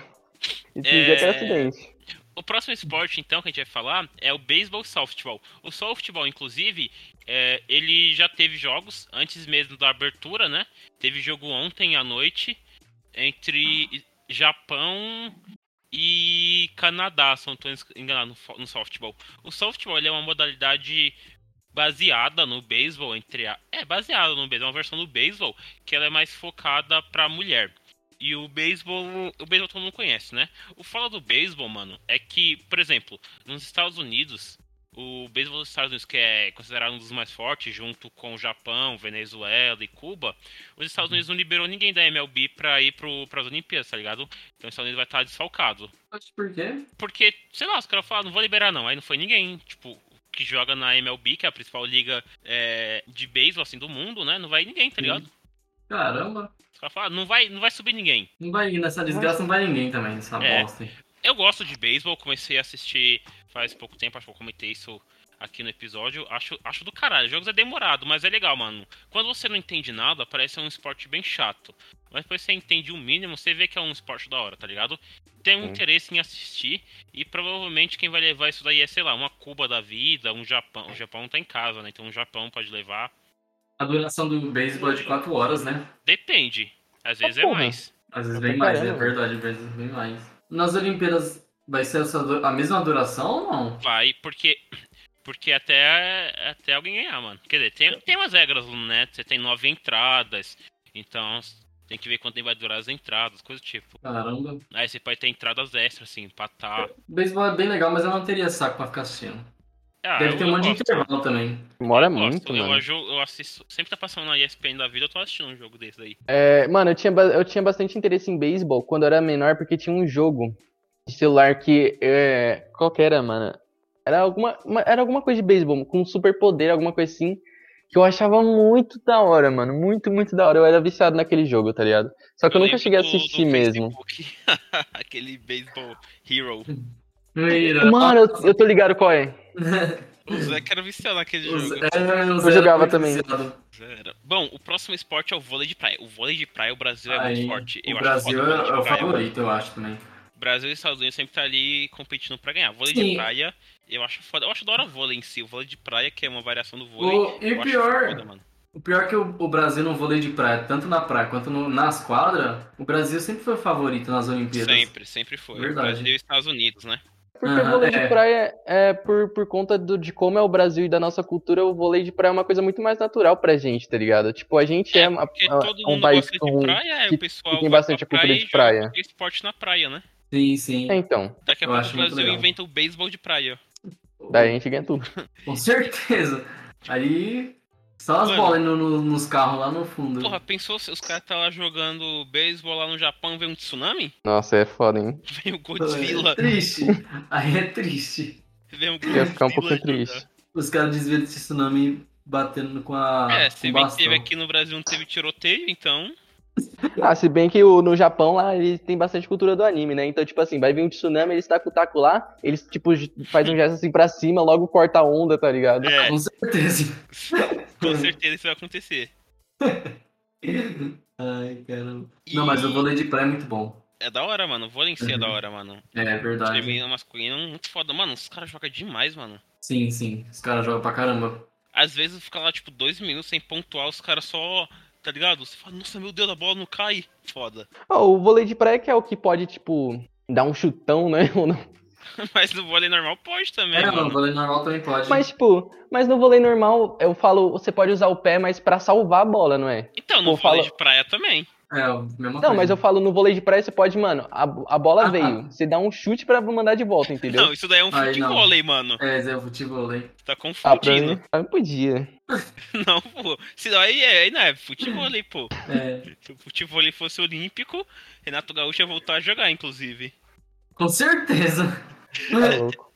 Speaker 2: E fingia que
Speaker 1: É.
Speaker 2: era acidente.
Speaker 1: O próximo esporte, então, que a gente vai falar é o beisebol softball. O softball, inclusive, é, ele já teve jogos antes mesmo da abertura, né? Teve jogo ontem à noite entre Japão e Canadá, se eu não estou enganado, no fo- no softball. O softball ele é uma modalidade baseada no beisebol, entre a... É, baseada no beisebol, é uma versão do beisebol que ela é mais focada pra mulher. E o beisebol, o beisebol todo mundo conhece, né? O foda do beisebol, mano, é que, por exemplo, nos Estados Unidos, O beisebol dos Estados Unidos, que é considerado um dos mais fortes, junto com o Japão, Venezuela e Cuba, os Estados Unidos não liberou ninguém da MLB pra ir pro, pras Olimpíadas, tá ligado? Então os Estados Unidos vai estar desfalcado.
Speaker 3: Mas por quê?
Speaker 1: Porque, sei lá, os caras falaram, não vou liberar não. Aí não foi ninguém, tipo, que joga na MLB, que é a principal liga é, de beisebol, assim, do mundo, né? Não vai ninguém, tá ligado?
Speaker 3: Caramba.
Speaker 1: Os caras falaram, não vai, não vai subir ninguém.
Speaker 3: Não vai nessa desgraça, não vai ninguém também, nessa
Speaker 1: É.
Speaker 3: bosta. aí.
Speaker 1: Eu gosto de beisebol, comecei a assistir faz pouco tempo, acho que eu comentei isso aqui no episódio. Acho, acho do caralho. Jogos é demorado, mas é legal, mano. Quando você não entende nada, parece um esporte bem chato. Mas depois você entende o mínimo, você vê que é um esporte da hora, tá ligado? Tem um
Speaker 2: Sim.
Speaker 1: interesse em assistir e provavelmente quem vai levar isso daí é, sei lá, uma Cuba da vida, um Japão. O Japão tá em casa, né? Então o Japão pode levar.
Speaker 3: A duração do beisebol é de 4 horas, né?
Speaker 1: Depende. Às
Speaker 2: Ah,
Speaker 1: vezes é
Speaker 2: porra.
Speaker 1: mais.
Speaker 3: Às vezes
Speaker 2: Eu
Speaker 3: bem
Speaker 2: tô
Speaker 3: mais, é
Speaker 2: parando.
Speaker 3: verdade, às vezes bem mais. Nas Olimpíadas vai ser essa du- a mesma duração ou não?
Speaker 1: Vai, porque. Porque até, até alguém ganhar, mano. Quer dizer, tem, tem umas regras, né? Você tem nove entradas, então tem que ver quanto tempo vai durar as entradas, coisa do tipo.
Speaker 3: Caramba.
Speaker 1: Aí você pode ter entradas extras, assim, empatar.
Speaker 3: Beisebol é bem legal, mas eu não teria saco pra ficar assistindo.
Speaker 1: Ah,
Speaker 3: Deve
Speaker 1: eu-
Speaker 3: ter um
Speaker 1: eu
Speaker 3: monte de
Speaker 1: gosto,
Speaker 3: intervalo também.
Speaker 2: Demora
Speaker 1: eu gosto.
Speaker 2: é muito,
Speaker 1: eu,
Speaker 2: mano.
Speaker 1: ajo- eu assisto. Sempre tá passando na ESPN da vida, eu tô assistindo um jogo desse daí.
Speaker 2: É, mano, eu tinha, ba- eu tinha bastante interesse em beisebol quando eu era menor, porque tinha um jogo de celular que. É, qual que era, mano? Era alguma, uma- era alguma coisa de beisebol, com superpoder, alguma coisa assim, que eu achava muito da hora, mano. Muito, muito da hora. Eu era viciado naquele jogo, tá ligado? Só que eu, nunca
Speaker 1: lembro
Speaker 2: cheguei a
Speaker 1: do-
Speaker 2: assistir
Speaker 1: do
Speaker 2: mesmo.
Speaker 1: Facebook. Aquele Baseball Hero.
Speaker 3: Mira.
Speaker 2: Mano, eu, eu tô ligado qual é.
Speaker 1: O Zé que era viciado naquele
Speaker 3: Os-
Speaker 1: jogo.
Speaker 3: é, os-
Speaker 2: Eu jogava
Speaker 3: era muito
Speaker 2: também.
Speaker 3: viciado.
Speaker 1: Era. Bom, o próximo esporte é o vôlei de praia. O vôlei de praia, o Brasil é
Speaker 3: Aí,
Speaker 1: muito forte.
Speaker 3: o
Speaker 1: eu
Speaker 3: Brasil
Speaker 1: acho foda
Speaker 3: é, é
Speaker 1: vôlei
Speaker 3: o
Speaker 1: de praia.
Speaker 3: favorito, eu acho também.
Speaker 1: Brasil e Estados Unidos sempre tá ali competindo pra ganhar. Vôlei de
Speaker 3: Sim.
Speaker 1: praia, eu acho foda. Eu acho da hora o vôlei em si. O vôlei de praia, que é uma variação do vôlei.
Speaker 3: O, e
Speaker 1: eu
Speaker 3: pior,
Speaker 1: acho foda, mano.
Speaker 3: o pior é que o, o Brasil no vôlei de praia, tanto na praia quanto no- nas quadras, o Brasil sempre foi o favorito nas Olimpíadas.
Speaker 1: Sempre, sempre foi.
Speaker 3: Verdade.
Speaker 1: Brasil e Estados Unidos, né?
Speaker 2: Porque
Speaker 3: Aham,
Speaker 2: o vôlei de
Speaker 3: é.
Speaker 2: praia é por, por conta do, de como é o Brasil e da nossa cultura, o vôlei de praia é uma coisa muito mais natural pra gente, tá ligado? Tipo, a gente é, uma-
Speaker 1: Porque
Speaker 2: a-
Speaker 1: todo
Speaker 2: um
Speaker 1: mundo
Speaker 2: país
Speaker 1: gosta de
Speaker 2: com.
Speaker 1: praia, aí
Speaker 2: que-
Speaker 1: o pessoal
Speaker 2: que tem
Speaker 1: vai
Speaker 2: bastante a
Speaker 1: pra
Speaker 2: cultura
Speaker 1: praia
Speaker 2: de
Speaker 1: e joga
Speaker 2: praia.
Speaker 1: esporte na praia, né?
Speaker 3: Sim, sim.
Speaker 2: É, então.
Speaker 1: Daqui a
Speaker 3: Eu
Speaker 1: pouco
Speaker 3: acho
Speaker 1: o
Speaker 3: muito
Speaker 1: Brasil
Speaker 3: legal.
Speaker 1: inventa o beisebol de praia.
Speaker 2: Daí a gente ganha tudo.
Speaker 3: Com certeza. Aí só as
Speaker 1: Mano.
Speaker 3: bolas no- no- nos carros lá no fundo.
Speaker 1: Porra, pensou se os caras tá lá jogando beisebol lá no Japão e vem um tsunami?
Speaker 2: Nossa, é foda, hein?
Speaker 1: Vem o
Speaker 3: é
Speaker 1: Godzilla,
Speaker 3: triste. Aí é triste.
Speaker 1: vem o
Speaker 2: Eu
Speaker 1: Godzilla.
Speaker 2: ia ficar um pouquinho
Speaker 1: jogar.
Speaker 2: triste.
Speaker 3: Os caras desviam de tsunami batendo com a.
Speaker 1: É,
Speaker 3: com
Speaker 1: se
Speaker 3: o
Speaker 1: bem que
Speaker 3: bastão.
Speaker 1: teve aqui no Brasil não teve tiroteio, então.
Speaker 2: Ah, se bem que o- no Japão lá eles têm bastante cultura do anime, né? Então, tipo assim, vai vir um tsunami, eles tacam o taco lá, eles, tipo, j- faz um gesto assim pra cima, logo corta a onda, tá ligado?
Speaker 1: É,
Speaker 3: Com certeza.
Speaker 1: com certeza isso vai acontecer.
Speaker 3: Ai, caramba.
Speaker 1: E
Speaker 3: Não, mas o vôlei de praia é muito bom.
Speaker 1: É da hora, mano. O vôlei em si é da hora, mano.
Speaker 3: É, é verdade.
Speaker 1: Feminino masculino é muito foda. Mano, os caras jogam demais, mano.
Speaker 3: Sim, sim. Os caras jogam pra caramba.
Speaker 1: Às vezes fica lá, tipo, dois minutos sem pontuar, os caras só. Tá ligado? Você fala, nossa, meu Deus, a bola não cai. Foda.
Speaker 2: Ó, Ah, o vôlei de praia que é o que pode, tipo, dar um chutão, né? Ou não.
Speaker 1: Mas no vôlei normal pode também,
Speaker 3: É, não, o
Speaker 1: mano.
Speaker 3: vôlei normal também pode.
Speaker 2: Mas, tipo, mas no vôlei normal, eu falo, você pode usar o pé, mas pra salvar a bola, não é?
Speaker 1: Então, no
Speaker 2: Pô,
Speaker 1: vôlei
Speaker 2: fala-
Speaker 1: de praia também.
Speaker 3: É, a mesma
Speaker 2: Não,
Speaker 3: coisa.
Speaker 2: mas eu falo, no vôlei de praia você pode, mano, a, a bola
Speaker 3: Ah,
Speaker 2: veio. Você dá um chute pra mandar de volta, entendeu?
Speaker 1: Não, isso daí é um
Speaker 3: Aí, não.
Speaker 1: futebol, mano.
Speaker 3: É, Zé, o futebol, hein?
Speaker 1: Tá
Speaker 2: ah, pra mim,
Speaker 1: confundindo.
Speaker 2: pra mim podia.
Speaker 1: Não, pô. Isso daí é, aí não é futebol, pô.
Speaker 3: É,
Speaker 1: Se o futebol Tipo, fosse olímpico, Renato Gaúcho ia voltar a jogar, inclusive.
Speaker 3: com certeza.
Speaker 2: Tá louco.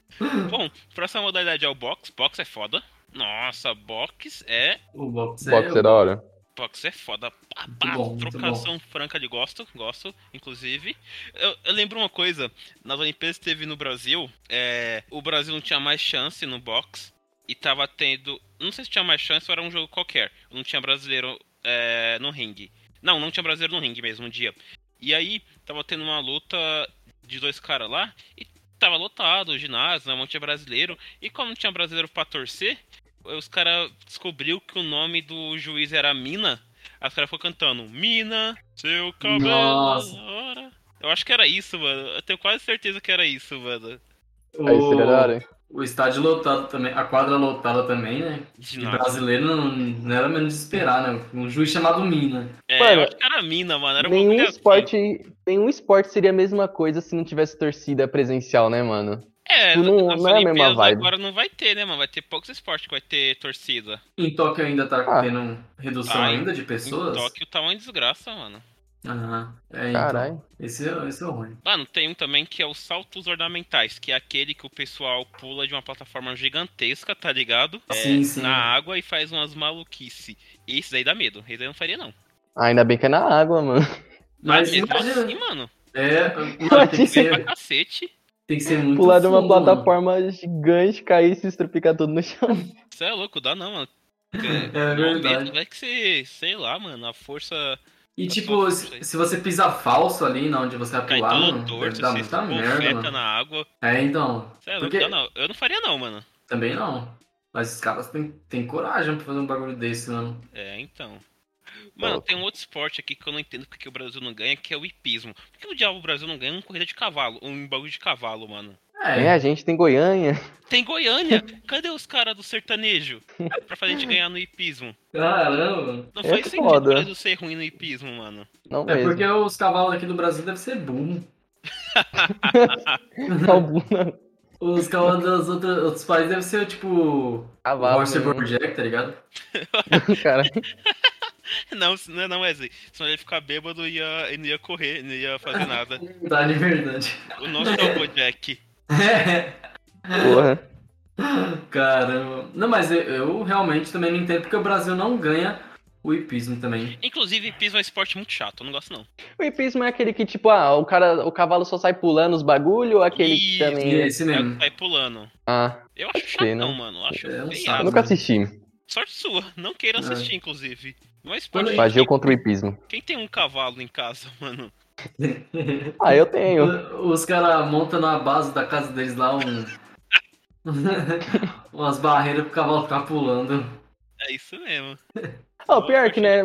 Speaker 1: Bom, próxima modalidade é o box. Box é foda. Nossa, box é.
Speaker 3: O boxe,
Speaker 2: Boxe
Speaker 3: é
Speaker 2: é da hora.
Speaker 1: Box é foda. Pá,
Speaker 3: Muito
Speaker 1: pá,
Speaker 3: bom, muito
Speaker 1: trocação franca de gosto, gosto, inclusive. Eu, eu lembro uma coisa, nas Olimpíadas que teve no Brasil, é, o Brasil não tinha mais chance no box e tava tendo. Não sei se tinha mais chance ou era um jogo qualquer. Não tinha brasileiro é, no ringue. Não, não tinha brasileiro no ringue mesmo um dia. E aí, tava tendo uma luta de dois caras lá e tava lotado o ginásio, né, um monte de brasileiro. E como não tinha brasileiro pra torcer, eh, os caras descobriu que o nome do juiz era Mina. Aí os caras ficam cantando Mina, seu cabelo.
Speaker 3: Nossa.
Speaker 1: ora." Eu acho que era isso, mano. Eu tenho quase certeza que era isso, mano.
Speaker 3: O,
Speaker 2: Aí seria da hora.
Speaker 3: o estádio lotado também, a quadra lotada também, né?
Speaker 1: De
Speaker 3: E
Speaker 1: nada.
Speaker 3: brasileiro não, não era menos de esperar, né? Um juiz chamado Mina.
Speaker 1: É,
Speaker 2: Mano,
Speaker 1: eu acho que era mina, mano. Era um
Speaker 2: Nenhum
Speaker 1: bagulho assim.
Speaker 2: esporte, nenhum esporte seria a mesma coisa se não tivesse torcida presencial, né, mano?
Speaker 1: É,
Speaker 2: Não-
Speaker 1: nas
Speaker 2: não é a mesma
Speaker 1: Olimpíadas
Speaker 2: vibe.
Speaker 1: agora não vai ter, né, mano? Vai ter poucos esportes que vai ter torcida.
Speaker 3: Em Tóquio ainda tá
Speaker 2: Ah.
Speaker 3: tendo redução
Speaker 1: Ah, em-
Speaker 3: ainda de pessoas?
Speaker 1: Em Tóquio tá uma desgraça, mano.
Speaker 3: Aham. É, então,
Speaker 2: Caralho.
Speaker 3: Esse, é, esse é o ruim.
Speaker 1: Mano, tem um também que é os saltos ornamentais, que é aquele que o pessoal pula de uma plataforma gigantesca, tá ligado? É,
Speaker 3: Sim, sim.
Speaker 1: Na água e faz umas maluquice. Esse daí dá medo. Esse daí eu não faria, não.
Speaker 2: Ainda bem que é na água, mano.
Speaker 1: Mas
Speaker 3: Mas
Speaker 1: mesmo
Speaker 3: imagina.
Speaker 1: assim, mano,
Speaker 3: É, mano, tem que
Speaker 1: é pra
Speaker 3: ser,
Speaker 1: cacete.
Speaker 3: tem que ser muito.
Speaker 2: Pular de é uma
Speaker 3: fundo, mano.
Speaker 2: plataforma gigante, cair e se estrupicar todo no chão.
Speaker 1: Você é louco, dá não, mano.
Speaker 3: É
Speaker 1: Não,
Speaker 3: verdade.
Speaker 1: Vai que tá você, sei lá, mano, a força
Speaker 3: E tipo, se, se você pisar falso ali na onde você vai
Speaker 1: cai
Speaker 3: pular,
Speaker 1: todo
Speaker 3: mano,
Speaker 1: torto, né?
Speaker 3: deve dar
Speaker 1: você
Speaker 3: muita merda,
Speaker 1: bofeta
Speaker 3: mano.
Speaker 1: na água.
Speaker 3: É, então,
Speaker 1: Você é louco, dá
Speaker 3: Porque-
Speaker 1: não. Eu não faria, não, mano.
Speaker 3: também não. Mas os caras têm, têm coragem pra fazer um bagulho desse, mano.
Speaker 1: É, então. Mano,
Speaker 2: Louco.
Speaker 1: tem um outro esporte aqui que eu não entendo porque o Brasil não ganha, que é o hipismo. Por que o diabo o Brasil não ganha uma corrida de cavalo? Um bagulho de cavalo, mano.
Speaker 2: É,
Speaker 3: É,
Speaker 2: a gente tem Goiânia.
Speaker 1: Tem Goiânia! Cadê os caras do sertanejo? Pra fazer a gente ganhar no hipismo.
Speaker 3: caramba.
Speaker 1: Não
Speaker 2: É
Speaker 1: faz sentido
Speaker 2: foda.
Speaker 1: o Brasil ser ruim no hipismo, mano.
Speaker 2: Não
Speaker 3: É
Speaker 2: mesmo.
Speaker 3: porque os cavalos aqui do Brasil devem ser boom.
Speaker 2: Alguma-
Speaker 3: Os cavalos dos outros, outros países devem ser tipo.
Speaker 2: Cavalo, né,
Speaker 3: Horse
Speaker 2: mano.
Speaker 3: Bojack, tá ligado?
Speaker 2: Cara,
Speaker 1: Não, se- não, não, Wesley. Senão ele ia ficar bêbado e ia, e não ia correr, não ia fazer nada.
Speaker 3: Tá de verdade.
Speaker 1: O nosso é o Bojack.
Speaker 2: porra.
Speaker 3: Caramba. Não, mas eu, eu realmente também não entendo porque o Brasil não ganha o hipismo também.
Speaker 1: Inclusive, hipismo é um esporte muito chato, eu não gosto, não.
Speaker 2: O hipismo é aquele que, tipo, ah, o cara, o cavalo só sai pulando os bagulho ou aquele que
Speaker 1: Isso.
Speaker 3: E é
Speaker 2: também.
Speaker 3: esse
Speaker 1: É o
Speaker 3: mesmo.
Speaker 1: que sai pulando.
Speaker 2: Ah,
Speaker 1: Eu acho
Speaker 2: Pode ser,
Speaker 1: chato,
Speaker 2: né?
Speaker 1: mano. Eu acho
Speaker 3: É um
Speaker 1: feiado.
Speaker 2: eu
Speaker 3: saco.
Speaker 2: nunca assisti.
Speaker 1: Sorte sua, não queira
Speaker 3: É.
Speaker 1: assistir, inclusive. Mas
Speaker 3: Quando
Speaker 1: pode.
Speaker 3: a
Speaker 2: Fagiu contra o hipismo.
Speaker 1: Quem tem um cavalo em casa, mano?
Speaker 2: Ah, eu tenho.
Speaker 3: Os caras montam na base da casa deles lá um. umas barreiras pro cavalo ficar pulando.
Speaker 1: É isso mesmo.
Speaker 2: Ah, o pior que, né,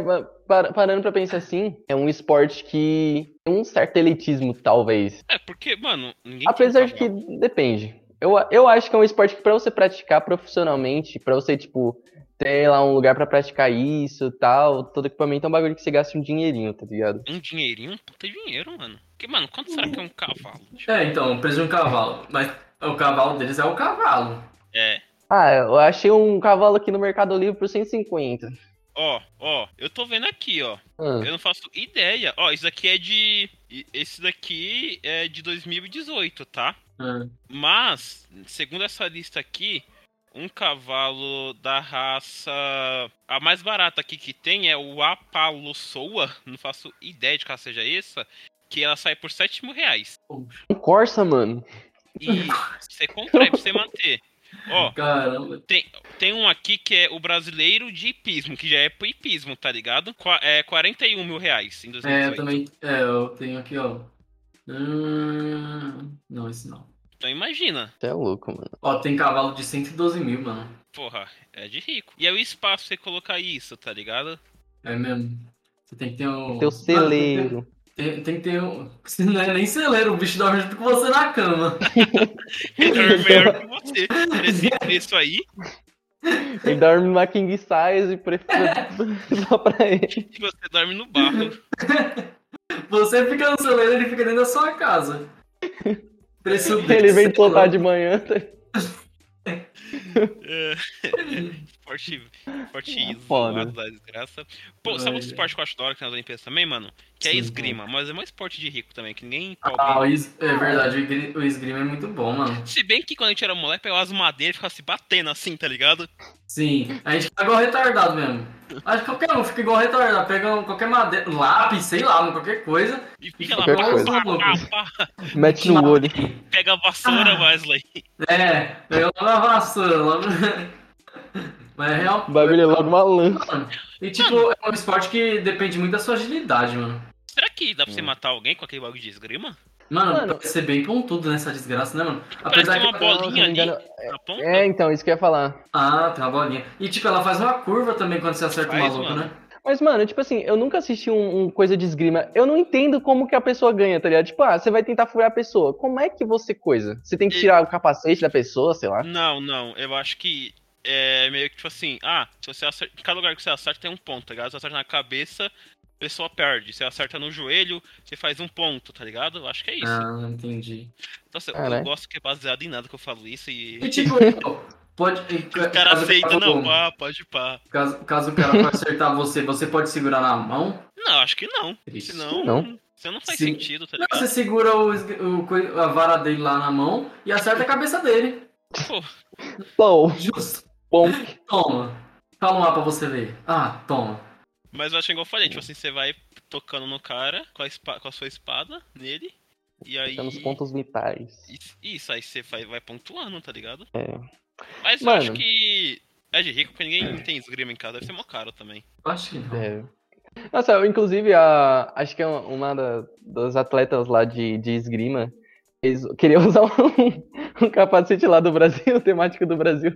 Speaker 2: par- parando pra pensar assim, é um esporte que tem um certo elitismo, talvez.
Speaker 1: É, porque, mano, ninguém.
Speaker 2: Apesar de
Speaker 1: tem um
Speaker 2: que depende. Eu, eu acho que é um esporte que pra você praticar profissionalmente, pra você, tipo, ter lá um lugar pra praticar isso e tal, todo equipamento é um bagulho que você gasta um dinheirinho, tá ligado?
Speaker 1: cavalo. Um dinheirinho, um puta dinheiro, mano. Porque, mano, quanto será que é um cavalo? Tipo,
Speaker 3: É, então, o preço de um cavalo. Mas o cavalo deles é o cavalo.
Speaker 1: É.
Speaker 2: Ah, eu achei um cavalo aqui no Mercado Livre por 150.
Speaker 1: Ó, ó, eu tô vendo aqui, ó.
Speaker 2: Ah,
Speaker 1: Eu não faço ideia. Ó, isso daqui é de. e- Esse daqui é de 2018, tá?
Speaker 3: Ah,
Speaker 1: Mas, segundo essa lista aqui, um cavalo da raça. A mais barata aqui que tem é o Apalossoa. Não faço ideia de qual seja essa. Que ela sai por 7 mil reais.
Speaker 2: um Corsa, mano.
Speaker 1: E você contrai pra você manter. Ó,
Speaker 3: Caramba.
Speaker 1: tem um aqui que é o brasileiro de hipismo, que já é pro hipismo, tá ligado? Qua- É 41 mil reais em
Speaker 3: É, eu
Speaker 1: 2018.
Speaker 3: também. É, eu tenho aqui, ó. Hum, não, esse não.
Speaker 1: Então imagina.
Speaker 2: Você é louco, mano.
Speaker 3: Ó, tem cavalo de 112 mil, mano.
Speaker 1: Porra, é de rico. E aí o espaço pra você colocar isso, tá ligado?
Speaker 3: É mesmo. Você tem que ter um.
Speaker 2: Teu celeiro.
Speaker 3: Tem, tem que ter um. Você não é nem celeiro, o bicho dorme junto com você na cama.
Speaker 1: Ele dorme melhor que você. Esse preço aí.
Speaker 2: Ele dorme numa king size e prefiro só pra ele.
Speaker 1: que você dorme no barro.
Speaker 3: Você fica no celeiro, ele fica dentro da sua casa. Preço
Speaker 2: Ele
Speaker 3: desse,
Speaker 2: vem
Speaker 3: sei
Speaker 2: te soltar
Speaker 3: lá.
Speaker 2: de manhã. tá?
Speaker 1: É. Esporte, esporte
Speaker 2: É foda.
Speaker 1: zoado da desgraça. Pô, sabe outro esporte que eu acho da hora que tem nas Olimpíadas também, mano? Que é
Speaker 3: Sim.
Speaker 1: esgrima, mas é mais esporte de rico também, que ninguém
Speaker 3: Ah,
Speaker 1: pobre.
Speaker 3: o es- é verdade, o esgri- o esgrima é muito bom, mano.
Speaker 1: Se bem que quando a gente era moleque, pegava as madeiras e ficava se batendo assim, tá ligado?
Speaker 3: Sim, a gente fica igual retardado mesmo. Acho que qualquer um fica igual retardado. Pega um- qualquer madeira, lápis, sei lá, mano, qualquer coisa.
Speaker 1: E fica lá,
Speaker 2: Qualquer
Speaker 1: pá,
Speaker 2: coisa. Ah.
Speaker 1: pá, pá, pá,
Speaker 2: Mete no olho.
Speaker 1: pega a vassoura, Wesley.
Speaker 3: É, pega uma vassoura. Logo... Mas é real.
Speaker 2: O bagulho é logo uma lança.
Speaker 3: E tipo, é um esporte que depende muito da sua agilidade, mano.
Speaker 1: Será que dá pra você matar alguém com aquele bagulho de esgrima?
Speaker 3: Mano,
Speaker 2: Mano,
Speaker 3: parece ser bem pontudo nessa desgraça, né, mano?
Speaker 1: Parece
Speaker 3: Apesar
Speaker 1: uma
Speaker 3: que.
Speaker 2: Se não
Speaker 1: bolinha
Speaker 2: me
Speaker 1: ali
Speaker 2: engano,
Speaker 1: na ponta.
Speaker 2: É, então, isso que eu ia falar.
Speaker 3: Ah, tem uma bolinha. E tipo, ela faz uma curva também quando você acerta o
Speaker 1: Faz,
Speaker 3: maluco,
Speaker 1: mano.
Speaker 3: né?
Speaker 2: Mas, mano, tipo assim, eu nunca assisti um, um coisa de esgrima. Eu não entendo como que a pessoa ganha, tá ligado? Tipo, ah, você vai tentar furar a
Speaker 3: tá?
Speaker 2: pessoa. Como é que você coisa? Você tem que tirar o capacete da pessoa, sei lá.
Speaker 1: Não, não, eu acho que é meio que tipo assim, ah, se você acerta, em cada lugar que você acerta tem um ponto, tá ligado? Se você acerta na cabeça, a pessoa perde. Se você acerta no joelho, você faz um ponto, tá ligado? Eu acho que é isso.
Speaker 3: Ah, entendi.
Speaker 1: Nossa, eu
Speaker 2: Caralho.
Speaker 1: gosto que é baseado em nada que eu falo isso e
Speaker 3: E tipo, pode.
Speaker 1: o cara
Speaker 3: caso
Speaker 1: aceita,
Speaker 3: fala,
Speaker 1: não,
Speaker 3: bom,
Speaker 1: pá, pode pá.
Speaker 3: Caso, caso o cara for acertar você, você pode segurar na mão?
Speaker 1: Não, acho que não.
Speaker 3: Triste.
Speaker 1: Senão,
Speaker 2: Não.
Speaker 1: senão não faz
Speaker 3: Sim.
Speaker 1: sentido, tá
Speaker 3: Não,
Speaker 1: ligado?
Speaker 3: você segura o, esg- o coi- a vara dele lá na mão e acerta a cabeça dele.
Speaker 1: Pô,
Speaker 2: Bom,
Speaker 3: Justo.
Speaker 2: bom.
Speaker 3: Toma. Calma lá pra você ver. Ah, toma.
Speaker 1: mas eu acho que igual eu falei, tipo assim, você vai tocando no cara com a, espa- com a sua espada nele, e aí.
Speaker 2: Tá nos pontos vitais.
Speaker 1: Isso- Isso, aí você vai, vai pontuando, tá ligado?
Speaker 2: É.
Speaker 1: Mas
Speaker 2: Mano.
Speaker 1: eu acho que é de rico porque ninguém tem esgrima em casa, deve ser mó caro também.
Speaker 3: Eu acho que não.
Speaker 2: É. Nossa, eu, inclusive, a, acho que é uma- uma da- das atletas lá de, de esgrima eles queriam usar um, um capacete lá do Brasil, temático do Brasil,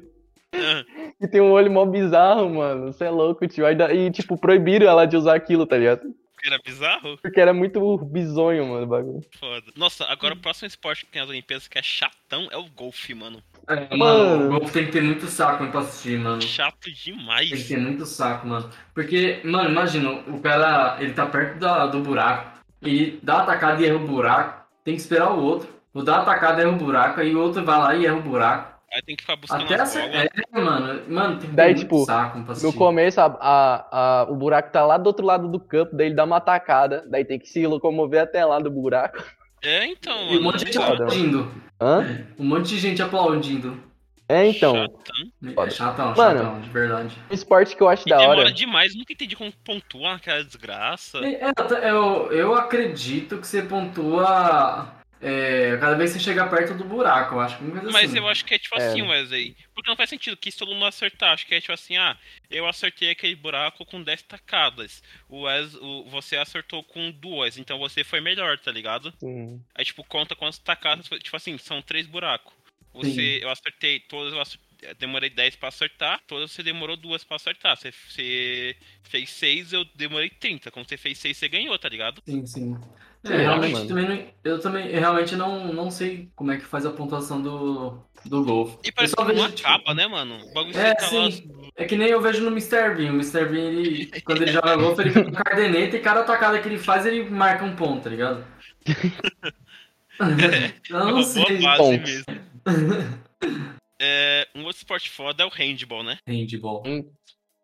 Speaker 2: que tem um olho mó bizarro, mano. Você é louco, tio. Aí, da- e, tipo, proibiram ela de usar aquilo, tá ligado?
Speaker 1: Porque era é bizarro?
Speaker 2: Porque era muito bizonho, mano, o bagulho.
Speaker 1: Foda. Nossa, agora o próximo esporte que tem as Olimpíadas que é chatão é o golfe, mano.
Speaker 3: É,
Speaker 2: Mano.
Speaker 3: mano, o golfe tem que ter muito saco hein, pra assistir, mano.
Speaker 1: Chato
Speaker 3: Hum. Tem que
Speaker 1: demais.
Speaker 3: ter muito saco, mano. Porque, mano, imagina, o cara, ele tá perto da- do buraco. Ele dá a atacada e erra o buraco. Tem que esperar o outro. O dá a atacada erra o buraco. Aí o outro vai lá e erra o buraco.
Speaker 1: Aí tem que ficar buscando
Speaker 3: Até
Speaker 1: as bolas.
Speaker 3: acertar. É, mano. Mano, tem que ter
Speaker 2: Daí,
Speaker 3: muito
Speaker 2: tipo,
Speaker 3: saco pra assistir.
Speaker 2: No começo, a- a- a- o buraco tá lá do outro lado do campo, daí ele dá uma atacada, daí tem que se locomover até lá do buraco.
Speaker 1: É, então,
Speaker 3: E um monte de gente
Speaker 2: Foda,
Speaker 3: aplaudindo.
Speaker 2: Hã?
Speaker 3: Um monte de gente aplaudindo.
Speaker 2: É, então.
Speaker 1: Chatão.
Speaker 2: Foda.
Speaker 3: É chatão,
Speaker 2: Mano.
Speaker 3: chatão, de verdade.
Speaker 2: Um esporte que eu acho
Speaker 1: E
Speaker 2: da
Speaker 1: demora
Speaker 2: hora.
Speaker 1: demais, nunca entendi como pontua aquela desgraça.
Speaker 3: É, é, Eu, eu acredito que você pontua é, cada vez que você chegar perto do buraco, eu acho. alguma coisa
Speaker 1: Mas
Speaker 3: assim.
Speaker 1: eu acho que é tipo
Speaker 2: É.
Speaker 1: assim, Wesley. Porque não faz sentido que se todo mundo acertar. Acho que é tipo assim, ah, eu acertei aquele buraco com 10 tacadas. O Wes, o, você acertou com duas, então você foi melhor, tá ligado?
Speaker 2: Sim.
Speaker 1: Aí tipo, conta quantas tacadas. foi- Tipo assim, são três buracos. Você, eu acertei todas, eu acer- demorei 10 pra acertar, todas você demorou duas pra acertar. Você, você fez seis, eu demorei 30. Quando você fez seis, você ganhou, tá ligado?
Speaker 3: Sim, sim. É,
Speaker 2: Sei lá,
Speaker 3: realmente
Speaker 2: mano.
Speaker 3: também não, eu também eu realmente não, não sei como é que faz a pontuação do, do golfe.
Speaker 1: E parece que
Speaker 3: Eu só
Speaker 1: não
Speaker 3: vejo, tipo,
Speaker 1: acaba, né, mano? O bagulho
Speaker 3: É,
Speaker 1: fica lá
Speaker 3: sim. É que nem eu vejo no Mr. Bean. O Mr. Bean, ele, quando ele joga golfe, ele fica com cardeneta e cada atacada que ele faz, ele marca um ponto, tá ligado? eu
Speaker 1: É
Speaker 3: não
Speaker 1: uma
Speaker 3: sei.
Speaker 1: boa base
Speaker 2: Pontos.
Speaker 1: mesmo. É, um outro esporte foda é o handball, né?
Speaker 3: Handball.
Speaker 2: Hum.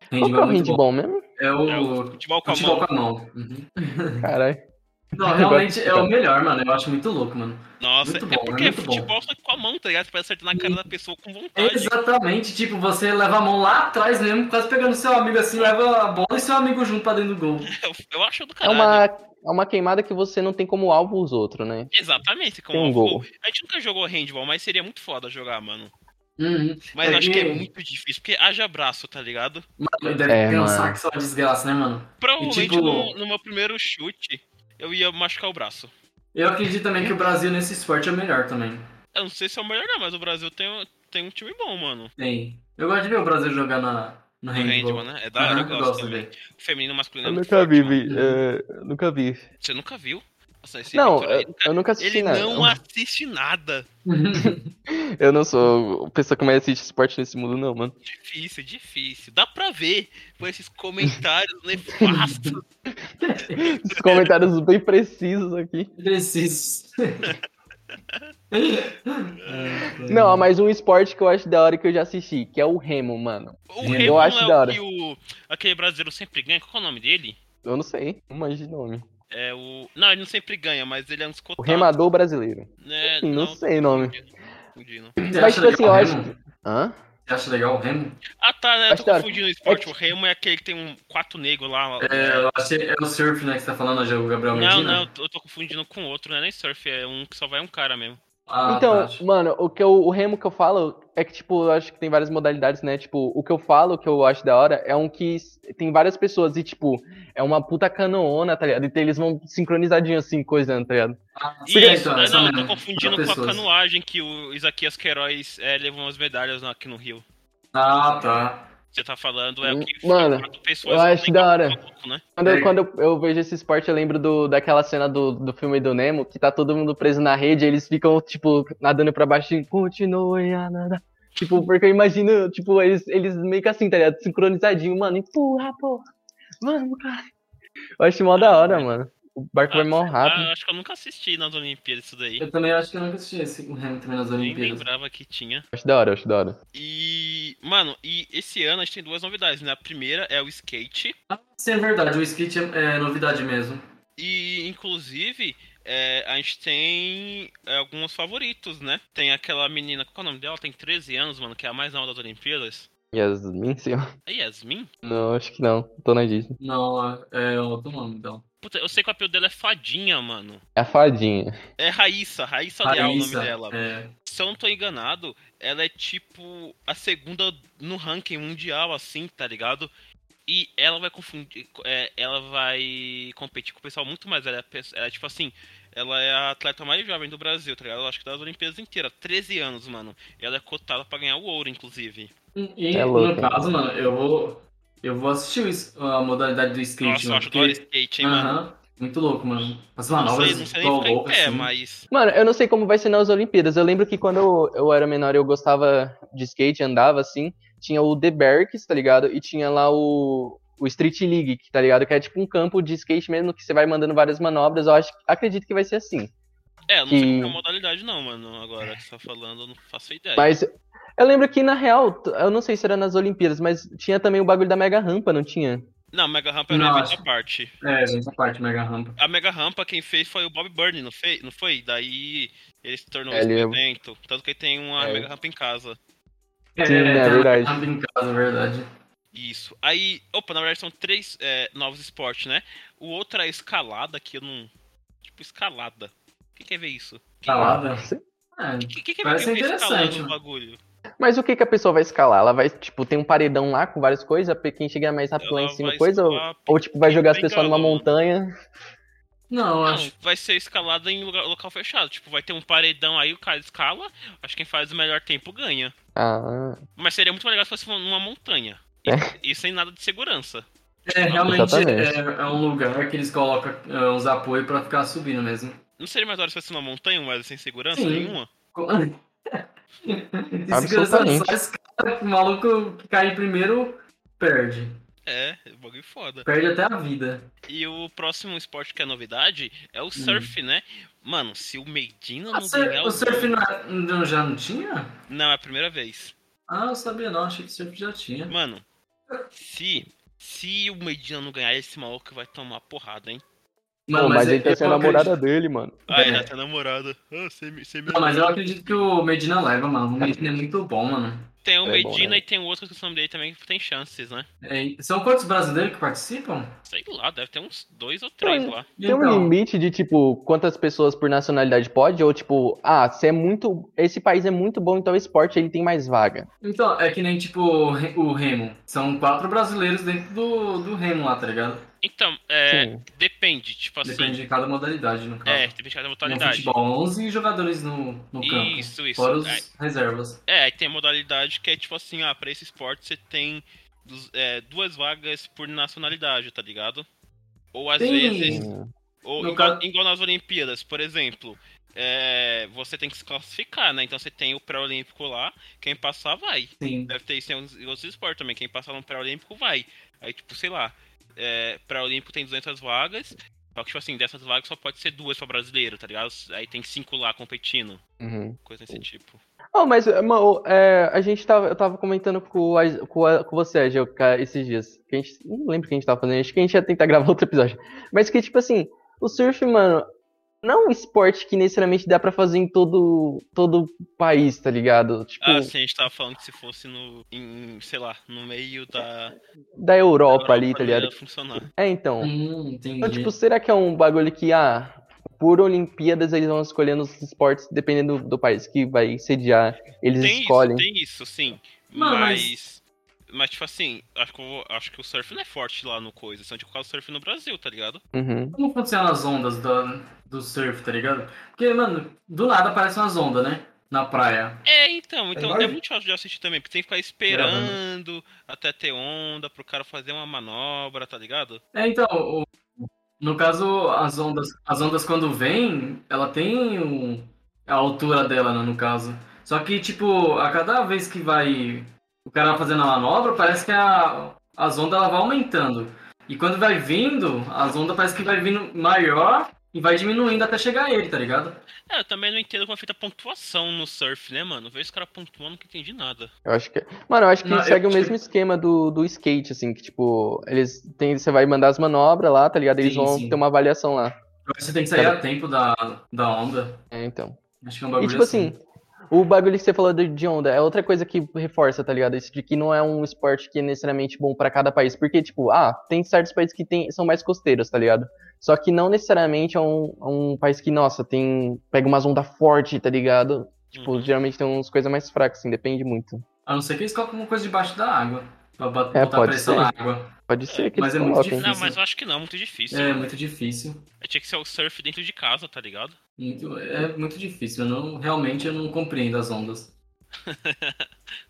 Speaker 2: Qual que é
Speaker 3: Handball
Speaker 2: o
Speaker 3: é muito bom.
Speaker 2: handball mesmo?
Speaker 3: É
Speaker 1: É o
Speaker 3: o
Speaker 1: futebol com a
Speaker 3: futebol
Speaker 1: mão.
Speaker 3: com a mão. Uhum.
Speaker 2: Caralho.
Speaker 3: Não, realmente é o melhor, mano. Eu acho muito louco, mano.
Speaker 1: Nossa,
Speaker 3: Muito
Speaker 1: é
Speaker 3: bom,
Speaker 1: porque
Speaker 3: é
Speaker 1: é
Speaker 3: muito bom.
Speaker 1: futebol só que com a mão, tá ligado? Você pode acertar na cara da pessoa com vontade.
Speaker 3: Exatamente, tipo, você leva a mão lá atrás mesmo, quase pegando seu amigo assim, leva a bola e seu amigo junto pra dentro do gol.
Speaker 1: Eu, eu acho do
Speaker 2: É
Speaker 1: caralho.
Speaker 2: uma, é uma queimada que você não tem como alvo os outros, né?
Speaker 1: Exatamente, como
Speaker 2: Tem um gol.
Speaker 1: A gente nunca jogou handball, mas seria muito foda jogar, mano.
Speaker 3: Uhum.
Speaker 1: Mas
Speaker 3: É,
Speaker 1: eu acho que é
Speaker 3: e-
Speaker 1: muito difícil, porque haja braço, tá ligado?
Speaker 3: Mano, deve
Speaker 2: É,
Speaker 3: cansar
Speaker 2: mano.
Speaker 3: que só é uma desgraça, né, mano?
Speaker 1: Provavelmente
Speaker 3: tipo-
Speaker 1: no, no meu primeiro chute, eu ia machucar o braço.
Speaker 3: Eu acredito também que o Brasil nesse esporte é o melhor também.
Speaker 1: Eu não sei se é o melhor, não, mas o Brasil tem, um- tem um time bom, mano.
Speaker 3: Tem. Eu gosto de ver o Brasil jogar na, no
Speaker 1: No
Speaker 3: handball.
Speaker 1: handball, né? É da hora,
Speaker 3: Aham,
Speaker 1: eu gosto
Speaker 3: de
Speaker 1: também.
Speaker 3: ver.
Speaker 1: Feminino, masculino. é
Speaker 2: Eu
Speaker 1: muito
Speaker 2: nunca
Speaker 1: forte,
Speaker 2: vi,
Speaker 1: mano.
Speaker 2: vi nunca vi.
Speaker 1: Você nunca viu? Nossa, esse
Speaker 2: Não,
Speaker 1: Victor aí,
Speaker 2: eu, eu nunca assisti
Speaker 1: ele
Speaker 2: nada.
Speaker 1: não assiste nada.
Speaker 2: Eu não sou a pessoa que mais assiste esporte nesse mundo, não, mano.
Speaker 1: Difícil, difícil. Dá pra ver com esses comentários nefastos.
Speaker 2: Os comentários bem precisos aqui.
Speaker 3: Preciso. É, é.
Speaker 2: Não, mas um esporte que eu acho da hora que eu já assisti, que é o remo, mano.
Speaker 1: O
Speaker 3: Eu
Speaker 1: Remo
Speaker 2: acho
Speaker 1: é
Speaker 2: da
Speaker 1: o
Speaker 2: hora.
Speaker 1: que o, aquele brasileiro sempre ganha. Qual que é o nome dele?
Speaker 2: Eu não sei, não manjo de nome.
Speaker 1: É o. Não, ele não sempre ganha, mas ele é um
Speaker 2: O
Speaker 1: escotado.
Speaker 2: remador brasileiro.
Speaker 1: né?
Speaker 2: Sim, não sei o nome.
Speaker 1: confundindo.
Speaker 3: Você
Speaker 2: Mas,
Speaker 3: acha
Speaker 2: tipo assim, eu
Speaker 3: legal o
Speaker 2: acho
Speaker 3: remo?
Speaker 2: que... Hã?
Speaker 3: Você acha legal o remo?
Speaker 1: Ah, tá, né? Eu
Speaker 2: Acho
Speaker 1: tô
Speaker 2: da hora.
Speaker 1: confundindo o esporte. O Remo é aquele que tem um quatro negro lá.
Speaker 3: É, eu achei, é o surf, né, que você tá falando, o Gabriel Medina?
Speaker 1: Não, não, eu tô- eu tô confundindo com outro, não é nem surf, é um que só vai um cara mesmo.
Speaker 3: Ah,
Speaker 2: Então,
Speaker 3: tá.
Speaker 2: mano, o que eu- o remo que eu falo é que, tipo, eu acho que tem várias modalidades, né? Tipo, o que eu falo, que eu acho da hora, é um que s- tem várias pessoas e, tipo, é uma puta canoona, tá ligado? Então eles vão sincronizadinho assim, coisando, tá ligado?
Speaker 3: Ah,
Speaker 1: Isso,
Speaker 3: sim, então,
Speaker 1: não,
Speaker 3: essa
Speaker 1: né, não, eu
Speaker 3: mesmo.
Speaker 1: tô confundindo com
Speaker 3: Pra
Speaker 1: a
Speaker 3: pessoas.
Speaker 1: canoagem que o Isaquias Queiroz é, levou umas medalhas na- aqui no Rio.
Speaker 3: Ah, tá.
Speaker 1: Você tá falando é o que
Speaker 2: Hum, Mano,
Speaker 1: quatro pessoas
Speaker 2: eu
Speaker 1: que
Speaker 2: acho
Speaker 1: tem
Speaker 2: da
Speaker 1: um
Speaker 2: hora.
Speaker 1: maluco, né?
Speaker 2: Quando, eu,
Speaker 3: É.
Speaker 2: quando eu, eu vejo esse esporte, eu lembro do, daquela cena do, do filme do Nemo, que tá todo mundo preso na rede, e eles ficam, tipo, nadando pra baixo e continuem a nadar. Tipo, porque eu imagino, tipo, eles, eles meio que assim, tá ligado? Sincronizadinho, mano. Empurra, porra. Vamos, cara. Eu acho mó da hora, mano. O barco vai mó
Speaker 1: sei lá,
Speaker 2: rápido.
Speaker 1: Ah, eu acho que eu nunca assisti nas Olimpíadas isso daí.
Speaker 3: Eu também acho que eu nunca assisti esse o Hamilton nas
Speaker 1: Nem
Speaker 3: Olimpíadas.
Speaker 1: lembrava que tinha.
Speaker 2: Eu acho da hora, eu acho da hora.
Speaker 1: E, mano, e esse ano a gente tem duas novidades, né? A primeira é o skate.
Speaker 3: Ah, sim, é verdade. O skate é, é novidade mesmo.
Speaker 1: E, inclusive, é, a gente tem é, alguns favoritos, né? Tem aquela menina, qual é o nome dela? Tem 13 anos, mano, que é a mais nova das Olimpíadas.
Speaker 2: Yasmin, sei lá.
Speaker 1: É Yasmin?
Speaker 2: Não, acho que não. Tô na Disney.
Speaker 3: Não, é é outro nome, então.
Speaker 1: Puta, eu sei que o apelido dela é Fadinha, mano.
Speaker 2: É a fadinha.
Speaker 1: É Raíssa, Raíssa, Leal é o nome
Speaker 3: Raíssa.
Speaker 1: dela.
Speaker 3: É.
Speaker 1: Se eu não tô enganado, ela é tipo a segunda no ranking mundial, assim, tá ligado? E ela vai confundir. é, ela vai competir com o pessoal muito mais. Ela é, a pe- ela é, tipo assim. Ela é a atleta mais jovem do Brasil, tá ligado? Eu acho que das Olimpíadas inteiras. 13 anos, mano. Ela é cotada pra ganhar o ouro, inclusive.
Speaker 3: E
Speaker 2: É
Speaker 3: no
Speaker 2: louco.
Speaker 3: caso, mano, eu vou. Eu vou assistir o is- a modalidade do skate,
Speaker 1: Nossa, eu
Speaker 3: mano.
Speaker 1: acho da hora skate, hein, mano.
Speaker 3: Aham. Muito louco, mano. As
Speaker 1: Não
Speaker 3: manobras
Speaker 1: sei, não sei nem ficar em
Speaker 3: loucas,
Speaker 1: pé,
Speaker 3: assim.
Speaker 1: mas.
Speaker 2: Mano, eu não sei como vai ser nas Olimpíadas. Eu lembro que quando eu, eu era menor eu gostava de skate, andava assim. Tinha o The Berks, tá ligado? E tinha lá o, o Street League, que, tá ligado? Que é tipo um campo de skate mesmo que você vai mandando várias manobras. Eu acho, acredito que vai ser assim.
Speaker 1: É, eu não sei
Speaker 2: Sim.
Speaker 1: qual que é a modalidade, não, mano. Agora que você tá falando, eu não faço ideia.
Speaker 2: Mas eu lembro que na real, t- eu não sei se era nas Olimpíadas, mas tinha também o bagulho da mega rampa, não tinha?
Speaker 1: Não, Mega Rampa era um
Speaker 3: Não,
Speaker 1: evento
Speaker 3: acho-
Speaker 1: à parte.
Speaker 3: É, gente, essa parte mega rampa.
Speaker 1: A Mega Rampa quem fez foi o Bob Burney, não foi? Não foi? Daí ele se tornou
Speaker 2: É, ele é-
Speaker 1: um evento. Tanto que ele tem uma
Speaker 2: É.
Speaker 1: Mega Rampa em casa.
Speaker 3: É,
Speaker 2: Sim, é
Speaker 3: tem uma
Speaker 2: verdade.
Speaker 3: rampa em casa, é verdade.
Speaker 1: Isso. Aí, opa, na verdade são três é, novos esportes, né? O outro é a escalada, que eu não. Tipo, escalada. O que quer ver isso?
Speaker 3: Calada. É,
Speaker 1: O que, que quer ver
Speaker 3: Parece
Speaker 1: quem fez escalada
Speaker 3: interessante,
Speaker 1: no
Speaker 3: mano.
Speaker 1: bagulho?
Speaker 2: Mas o que, que a pessoa vai escalar? Ela vai, tipo, tem um paredão lá com várias coisas, pra quem chegar mais rápido lá em
Speaker 1: Ela
Speaker 2: cima,
Speaker 1: vai
Speaker 2: coisa? Ou,
Speaker 1: escalar-
Speaker 2: ou, tipo, vai
Speaker 1: quem
Speaker 2: jogar as
Speaker 1: vai
Speaker 2: pessoas numa
Speaker 1: enganar,
Speaker 2: montanha?
Speaker 3: Não, eu
Speaker 1: Não,
Speaker 3: acho.
Speaker 1: vai ser escalada em lugar- local fechado. Tipo, vai ter um paredão aí, o cara escala. Acho que quem faz o melhor tempo ganha.
Speaker 2: Ah,
Speaker 1: Mas seria muito mais legal se fosse numa montanha.
Speaker 2: É.
Speaker 1: E, e sem nada de segurança.
Speaker 3: É, realmente
Speaker 2: Exatamente.
Speaker 3: é, é um lugar que eles colocam é, uns apoios pra ficar subindo mesmo.
Speaker 1: Não seria mais da hora se fosse numa montanha, mas sem segurança
Speaker 3: Sim.
Speaker 1: nenhuma?
Speaker 3: Co-
Speaker 2: Absolutamente.
Speaker 3: Só esse cara, o maluco que cair primeiro perde.
Speaker 1: É, é um bagulho foda.
Speaker 3: Perde até a vida.
Speaker 1: E o próximo esporte que é novidade é o surf, né? Mano, se o Medina
Speaker 3: Hum. Ah,
Speaker 1: não
Speaker 3: sur-
Speaker 1: ganhar
Speaker 3: o surf na- não, já não tinha?
Speaker 1: Não, é a primeira vez.
Speaker 3: Ah, eu sabia não, achei que o surf já tinha.
Speaker 1: Mano, se. Se o Medina não ganhar, esse maluco vai tomar porrada, hein?
Speaker 2: Pô,
Speaker 3: Mano,
Speaker 2: mas, ele tá
Speaker 3: é, eu
Speaker 2: sendo a
Speaker 3: acredito-
Speaker 2: namorada dele, mano.
Speaker 1: Ah, ele
Speaker 3: É.
Speaker 1: até namorada. Ah, você me- você me-
Speaker 3: Não, mas eu acredito que o Medina leva, mano. O Medina é muito bom, mano.
Speaker 1: Tem o
Speaker 2: É bom,
Speaker 1: Medina
Speaker 2: né?
Speaker 1: e tem o outro que o nome dele também que tem chances, né?
Speaker 3: É, são quantos brasileiros que participam? Então,
Speaker 1: Sei lá, deve ter uns dois ou três
Speaker 2: Olha.
Speaker 1: lá.
Speaker 2: Tem um limite de, tipo, quantas pessoas por nacionalidade pode? Ou, tipo, ah, se é muito. Esse país é muito bom, então o esporte ele tem mais vaga.
Speaker 3: Então, é que nem tipo o Re- o Remo. São quatro brasileiros dentro do, do Remo lá, tá ligado?
Speaker 1: Então, é.
Speaker 2: Sim.
Speaker 1: Depende, tipo assim.
Speaker 3: Depende de cada modalidade, no caso.
Speaker 1: É, depende da
Speaker 3: no
Speaker 1: modalidade.
Speaker 3: futebol, 11 jogadores no, no campo.
Speaker 1: Isso, isso.
Speaker 3: Fora os
Speaker 1: É,
Speaker 3: reservas.
Speaker 1: É, aí tem a modalidade que é tipo assim, ah, pra esse esporte você tem dus- é, duas vagas por nacionalidade, tá ligado? Ou às
Speaker 3: Tem-
Speaker 1: vezes,
Speaker 2: uhum.
Speaker 1: ou
Speaker 3: No
Speaker 1: igual,
Speaker 3: caso-
Speaker 1: igual nas Olimpíadas, por exemplo, é, você tem que se classificar, né? Então você tem o pré-olímpico lá, quem passar vai.
Speaker 3: Sim.
Speaker 1: Deve ter isso em uns- em outros esportes também, quem passar no pré-olímpico vai. Aí tipo, sei lá, é, pré-olímpico tem 200 vagas, só que tipo assim, dessas vagas só pode ser duas pra brasileiro, tá ligado? Aí tem cinco lá competindo,
Speaker 2: Uhum.
Speaker 1: coisa desse tipo.
Speaker 2: Oh, mas mano, é, a gente tava, eu tava comentando com, a- com, a- com você, Agil, ca- esses dias. Que a gente, não lembro o que a gente tava fazendo, acho que a gente ia tentar gravar outro episódio. Mas que, tipo assim, o surf, mano, não é um esporte que necessariamente dá pra fazer em todo, todo o país, tá ligado? Tipo,
Speaker 1: Ah, sim, a gente tava falando que se fosse no. Em, sei lá, no meio da.
Speaker 2: da Europa,
Speaker 1: Europa né?
Speaker 2: ali, tá
Speaker 1: não
Speaker 2: ligado?
Speaker 1: ia funcionar.
Speaker 2: É, então.
Speaker 3: Hum, entendi.
Speaker 2: Então, tipo, será que é um bagulho que, ah, por Olimpíadas eles vão escolhendo os esportes dependendo do, do país que vai sediar, eles
Speaker 1: Tem
Speaker 2: escolhem?
Speaker 1: isso, tem isso, sim.
Speaker 3: Mano,
Speaker 1: mas. Mas, tipo assim, acho que, o- acho que o surf não é forte lá no coisa. São de colocar o surf no Brasil, tá ligado?
Speaker 2: Uhum.
Speaker 3: Como funcionam as ondas do, do surf, tá ligado? Porque, mano, do nada aparecem umas ondas, né? Na praia.
Speaker 1: É, então, então é
Speaker 3: lógico.
Speaker 1: muito chato de assistir também, porque tem que ficar esperando até ter onda pro cara fazer uma manobra, tá ligado?
Speaker 3: É, então, o- no caso, as ondas, as ondas quando vêm, ela tem um, a altura dela, né, no caso. Só que, tipo, a cada vez que vai o cara fazendo a manobra, parece que a, as ondas ela vai aumentando. E quando vai vindo, as ondas parece que vai vindo maior e vai diminuindo até chegar a ele, tá ligado?
Speaker 1: É, eu também não entendo como é feita a pontuação no surf, né, mano? Vê os caras pontuando, não entendi nada.
Speaker 2: Eu acho que. Mano, eu acho que
Speaker 3: Não, eu
Speaker 2: segue o
Speaker 3: tive-
Speaker 2: mesmo esquema do, do skate, assim, que tipo, eles têm. Você vai mandar as manobras lá, tá ligado? Eles
Speaker 3: Sim,
Speaker 2: vão
Speaker 3: sim.
Speaker 2: ter uma avaliação lá.
Speaker 3: Você tem que sair a tempo da, da onda.
Speaker 2: É, então.
Speaker 3: Acho que é um
Speaker 2: E
Speaker 3: bagulho
Speaker 2: tipo assim, o bagulho que você falou de, de onda é outra coisa que reforça, tá ligado? Isso de que não é um esporte que é necessariamente bom pra cada país. Porque, tipo, ah, tem certos países que tem, são mais costeiros, tá ligado? Só que não necessariamente é um, é um país que, nossa, tem. Pega umas ondas fortes, tá ligado? Tipo,
Speaker 1: Uhum.
Speaker 2: geralmente tem umas coisas mais fracas, assim, depende muito.
Speaker 3: A não ser que eles colocam alguma coisa debaixo da água. Pra bot-
Speaker 2: É,
Speaker 3: botar
Speaker 2: pode
Speaker 3: pressão
Speaker 2: ser.
Speaker 3: na água.
Speaker 2: Pode ser que
Speaker 3: mas
Speaker 2: eles
Speaker 3: é muito
Speaker 2: coloquem.
Speaker 3: difícil.
Speaker 1: Não, mas eu acho que não, muito difícil. É,
Speaker 3: É muito difícil.
Speaker 1: Tinha que ser o surf dentro de casa, tá ligado?
Speaker 3: Muito- é muito difícil. Eu não, realmente eu não compreendo as ondas.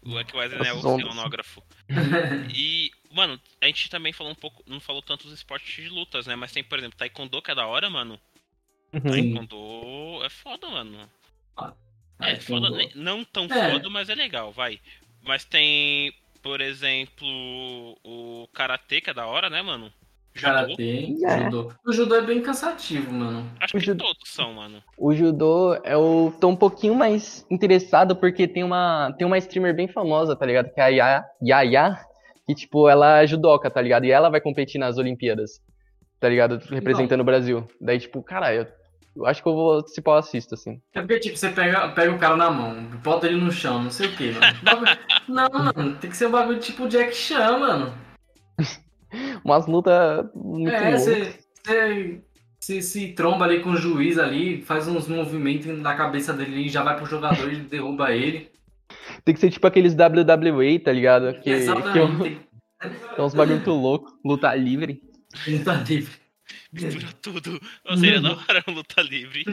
Speaker 1: O Zack Wise é
Speaker 2: As
Speaker 1: o
Speaker 2: ondas.
Speaker 1: oceanógrafo. E, mano, a gente também falou um pouco, não falou tanto dos esportes de lutas, né? Mas tem, por exemplo, Taekwondo, que é da hora, mano.
Speaker 2: Uhum.
Speaker 3: Sim.
Speaker 1: Taekwondo é foda, mano.
Speaker 3: Ai,
Speaker 1: É,
Speaker 3: que
Speaker 1: foda,
Speaker 3: dor.
Speaker 1: né? não tão
Speaker 3: É.
Speaker 1: foda, mas é legal, vai. Mas tem, por exemplo, o Karatê, que é da hora, né, mano? Judô.
Speaker 3: Karatê,
Speaker 2: É.
Speaker 3: judô. O judô é bem cansativo, mano.
Speaker 1: Acho que
Speaker 2: O judô.
Speaker 1: todos são, mano.
Speaker 2: O judô, eu tô um pouquinho mais interessado porque tem uma, tem uma streamer bem famosa, tá ligado? Que é a Yaya, Yaya, que tipo, ela é judoca, tá ligado? E ela vai competir nas Olimpíadas, tá ligado? Representando o Brasil. Daí, tipo, cara, eu, eu acho que eu vou, se pau, assisto, assim.
Speaker 3: É porque, tipo, você pega, pega o cara na mão, bota ele no chão, não sei o quê, mano. Bagulho- Não, mano, tem que ser um bagulho tipo Jack Chan, mano.
Speaker 2: Umas lutas muito
Speaker 3: é,
Speaker 2: loucas.
Speaker 3: você você- você se tromba ali com o juiz ali, faz uns movimentos na cabeça dele e já vai pro jogador e derruba ele.
Speaker 2: Tem que ser tipo aqueles WWE, tá ligado? Que, que é um-
Speaker 3: Exatamente.
Speaker 2: é uns bagulho muito louco, luta livre.
Speaker 3: Ele tá livre.
Speaker 1: Mistura tudo. Ou seja, da hora é um luta livre.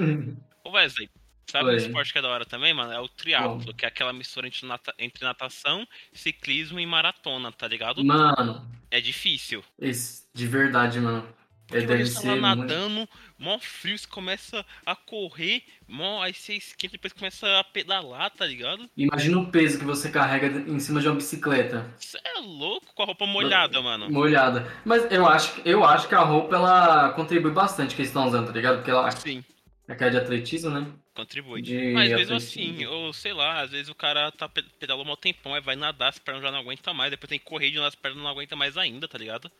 Speaker 1: Ô Wesley, sabe o
Speaker 3: Oi.
Speaker 1: esporte que é da hora também, mano? É o triatlo, que é aquela mistura entre, nata- entre natação, ciclismo e maratona, tá
Speaker 3: Hum.
Speaker 1: ligado?
Speaker 3: Mano,
Speaker 1: É difícil.
Speaker 3: esse, de verdade, mano. É,
Speaker 1: Tipo,
Speaker 3: deve
Speaker 1: eles tão lá
Speaker 3: ser muito...
Speaker 1: nadando, mó frio, você começa a correr, mó, aí você esquenta, depois começa a pedalar, tá ligado?
Speaker 3: Imagina o peso que você carrega em cima de uma bicicleta.
Speaker 1: Você é louco com a roupa molhada, mano.
Speaker 3: Molhada. Mas eu acho, eu acho que a roupa ela contribui bastante que eles estão usando, tá ligado? Porque ela
Speaker 1: Sim,
Speaker 3: é que é de atletismo, né?
Speaker 1: contribui.
Speaker 3: De
Speaker 1: Mas mesmo
Speaker 3: atletismo.
Speaker 1: assim, ou sei lá, às vezes o cara tá pe- pedalou mal tempão, aí vai nadar, as pernas já não aguenta mais, depois tem que correr de novo, as pernas não aguenta mais ainda, tá ligado?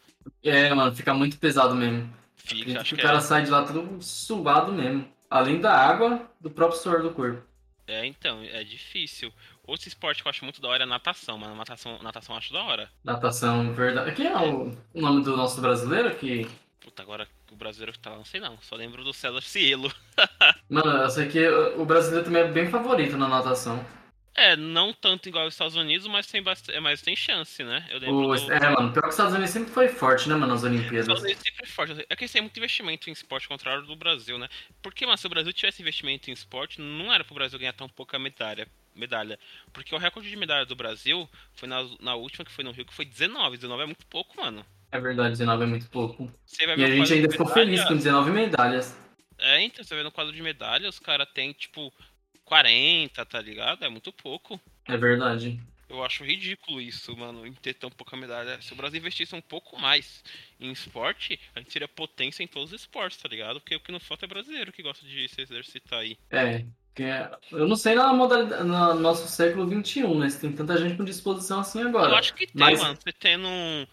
Speaker 3: É, mano, fica muito pesado mesmo.
Speaker 1: Fica, acho
Speaker 3: o
Speaker 1: que
Speaker 3: cara
Speaker 1: é.
Speaker 3: sai de lá todo suado mesmo. Além da água, do próprio suor do corpo.
Speaker 1: É, então, é difícil. Outro esporte que eu acho muito da hora é a natação, mano. Natação, natação eu acho da hora.
Speaker 3: Natação, verdade. Quem é o o nome do nosso brasileiro que.
Speaker 1: Puta, agora o brasileiro que tá lá, não sei não. Só lembro do César Cielo.
Speaker 3: Mano, eu sei que o brasileiro também é bem favorito na natação.
Speaker 1: É, não tanto igual aos Estados Unidos, mas tem, bast... é, mas tem chance, né? Eu lembro
Speaker 3: O-
Speaker 1: do...
Speaker 3: É, mano, pior que os Estados Unidos sempre foi forte, né, mano, nas
Speaker 1: Os Estados
Speaker 3: Olimpíadas.
Speaker 1: Unidos sempre é forte. É que eles têm muito investimento em esporte, ao contrário do Brasil, né? Porque, mano, se o Brasil tivesse investimento em esporte, não era pro Brasil ganhar tão pouca medalha. medalha. Porque o recorde de medalha do Brasil foi na, na última, que foi no Rio, que foi 19. 19 é muito pouco, mano.
Speaker 3: É verdade, 19 é muito pouco.
Speaker 1: Você vai
Speaker 3: E a
Speaker 1: ver o
Speaker 3: gente
Speaker 1: quadro
Speaker 3: ainda
Speaker 1: de
Speaker 3: ficou
Speaker 1: medalha-
Speaker 3: feliz com 19 medalhas.
Speaker 1: É, então, você vê no quadro de medalha, os caras têm, tipo, 40, tá ligado? É muito pouco.
Speaker 3: É verdade.
Speaker 1: Eu acho ridículo isso, mano, em ter tão pouca medalha. Se o Brasil investisse um pouco mais em esporte, a gente seria potência em todos os esportes, tá ligado? Porque o que não falta é brasileiro que gosta de se exercitar aí.
Speaker 3: É. que é- Eu não sei na modalidade, no nosso século XXI, né? Se tem tanta gente com disposição assim
Speaker 1: Eu
Speaker 3: agora.
Speaker 1: acho que tem,
Speaker 3: mas-
Speaker 1: mano. Você tendo, um-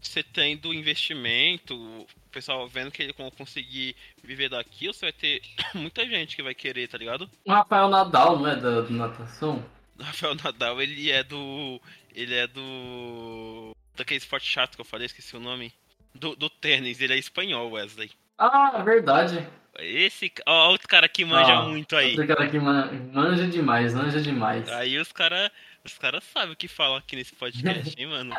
Speaker 1: você tendo investimento, o pessoal vendo que ele con- conseguir viver daquilo, você vai ter muita gente que vai querer, tá ligado?
Speaker 3: O Rafael Nadal, não é? Da, da natação?
Speaker 1: Rafael Nadal, ele é do. Ele é do. Daquele esporte chato que eu falei, esqueci o nome. Do, do tênis, ele é espanhol, Wesley.
Speaker 3: Ah, é verdade.
Speaker 1: Esse. ca- Ó, outro cara que manja
Speaker 3: Ah,
Speaker 1: muito aí.
Speaker 3: Outro cara que man- manja demais, manja demais.
Speaker 1: Aí os cara. Os caras sabem o que falam aqui nesse podcast, hein, mano?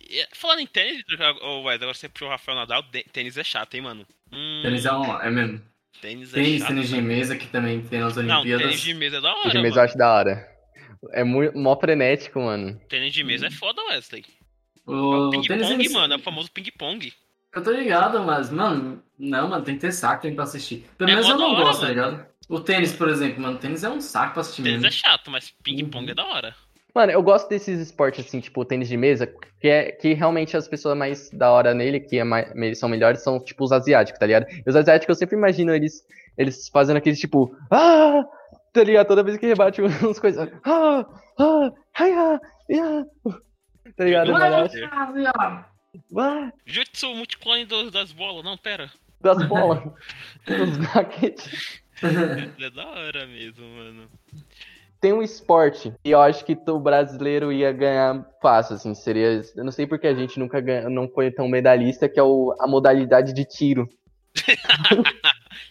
Speaker 1: E, Falando em tênis, ô Wesley, agora você puxou o Rafael Nadal, de- tênis é chato, hein, mano? Hum,
Speaker 3: Tênis é, um, é mesmo.
Speaker 1: tênis é
Speaker 3: Tênis,
Speaker 1: chato.
Speaker 3: tênis de mesa que também tem nas
Speaker 1: Não, tênis
Speaker 3: Olimpíadas.
Speaker 1: de mesa é da hora,
Speaker 2: De mesa eu
Speaker 1: mano.
Speaker 2: acho da hora. É muito, mó frenético, mano.
Speaker 1: Tênis de mesa é foda, Wesley.
Speaker 3: O tênis
Speaker 1: Ping-pong,
Speaker 3: em-
Speaker 1: mano, é o famoso ping-pong.
Speaker 3: Eu tô ligado, mas, mano, não, mano, tem que ter saco também pra assistir. Pelo
Speaker 1: É
Speaker 3: menos eu
Speaker 1: mó da
Speaker 3: não
Speaker 1: hora,
Speaker 3: gosto, tá
Speaker 1: mano.
Speaker 3: ligado? O tênis, por exemplo, mano, o tênis é um saco pra assistir
Speaker 1: Tênis
Speaker 3: mesmo.
Speaker 1: é chato, mas ping-pong
Speaker 3: Uhum.
Speaker 1: é da hora.
Speaker 2: Mano, eu gosto desses esportes assim, tipo tênis de mesa, que, é, que realmente as pessoas mais da hora nele, que é mais- me- são melhores, são tipo os asiáticos, tá ligado? E os asiáticos eu sempre imagino eles, eles fazendo aqueles tipo, ah, tá ligado? Toda vez que rebate umas coisas, ah, ah, ai, ah, ai, ah, tá ligado?
Speaker 1: Eu
Speaker 2: Eu
Speaker 1: não-
Speaker 2: acho,
Speaker 1: é.
Speaker 3: Ah, e, ó,
Speaker 2: ah,
Speaker 1: Jutsu multiclone do- das bolas, não, pera.
Speaker 2: das bolas, dos raquetes.
Speaker 1: É da hora mesmo, mano.
Speaker 2: tem um esporte que eu acho que o brasileiro ia ganhar fácil, assim, seria, eu não sei porque a gente nunca ganha, não foi tão medalhista, que é o, a modalidade de tiro.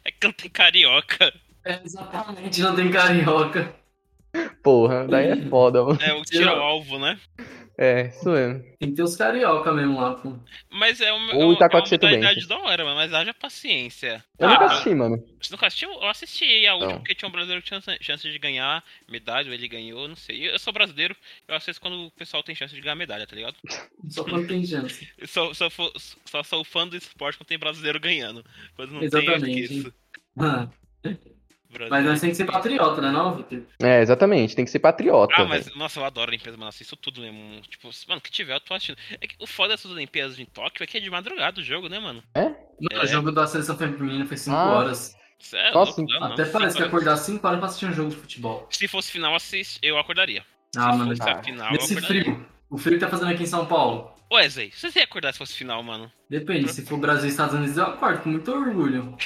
Speaker 1: É canto em carioca.
Speaker 3: é, exatamente, não tem carioca.
Speaker 2: Porra, daí é foda, mano.
Speaker 1: É o tiro ao alvo, né?
Speaker 2: É, isso mesmo.
Speaker 3: Tem que ter os carioca mesmo lá, pô.
Speaker 1: Mas é uma,
Speaker 2: Ou
Speaker 1: é uma- é uma
Speaker 2: Itacoaxetubense.
Speaker 1: modalidade da hora, mano. Mas haja paciência.
Speaker 2: Eu
Speaker 3: Ah,
Speaker 2: nunca assisti, mano.
Speaker 1: Você nunca assistiu? Eu assisti a última,
Speaker 2: Não.
Speaker 1: porque tinha um brasileiro que tinha chance- chance de ganhar medalha, ou ele ganhou, não sei. Eu sou brasileiro, eu assisto quando o pessoal tem chance de ganhar medalha, tá ligado?
Speaker 3: Só quando tem chance.
Speaker 1: Eu só, só, fo- só sou fã do esporte quando tem brasileiro ganhando. Quando não tem, eu é
Speaker 3: Exatamente.
Speaker 1: esqueço.
Speaker 3: Ah, Mas nós tem que ser patriota, né, não, Vitor?
Speaker 2: É, exatamente, tem que ser patriota.
Speaker 1: Ah,
Speaker 2: velho.
Speaker 1: mas, nossa, eu adoro Olimpíadas, mano. Assisto tudo mesmo. Tipo, mano, o que tiver, eu tô assistindo. É que o foda dessas Olimpíadas em Tóquio é que é de madrugada o jogo, né, mano?
Speaker 3: Mano,
Speaker 1: É.
Speaker 3: o jogo da seleção feminina foi 5
Speaker 2: Ah.
Speaker 3: horas.
Speaker 1: Cê é
Speaker 2: Nossa,
Speaker 1: louco, não,
Speaker 3: Até
Speaker 1: não.
Speaker 3: parece que
Speaker 1: Se-
Speaker 3: acordar 5 horas pra assistir um jogo de futebol.
Speaker 1: Se fosse final, assist- eu acordaria.
Speaker 3: Ah,
Speaker 1: se
Speaker 3: mano,
Speaker 1: fosse a
Speaker 2: cara.
Speaker 1: final, eu
Speaker 3: nesse
Speaker 1: acordaria.
Speaker 3: frio. O frio que tá fazendo aqui em São Paulo.
Speaker 1: Wesley, você ia acordar se fosse final, mano?
Speaker 3: Depende, se for Brasil e Estados Unidos, eu acordo com muito orgulho.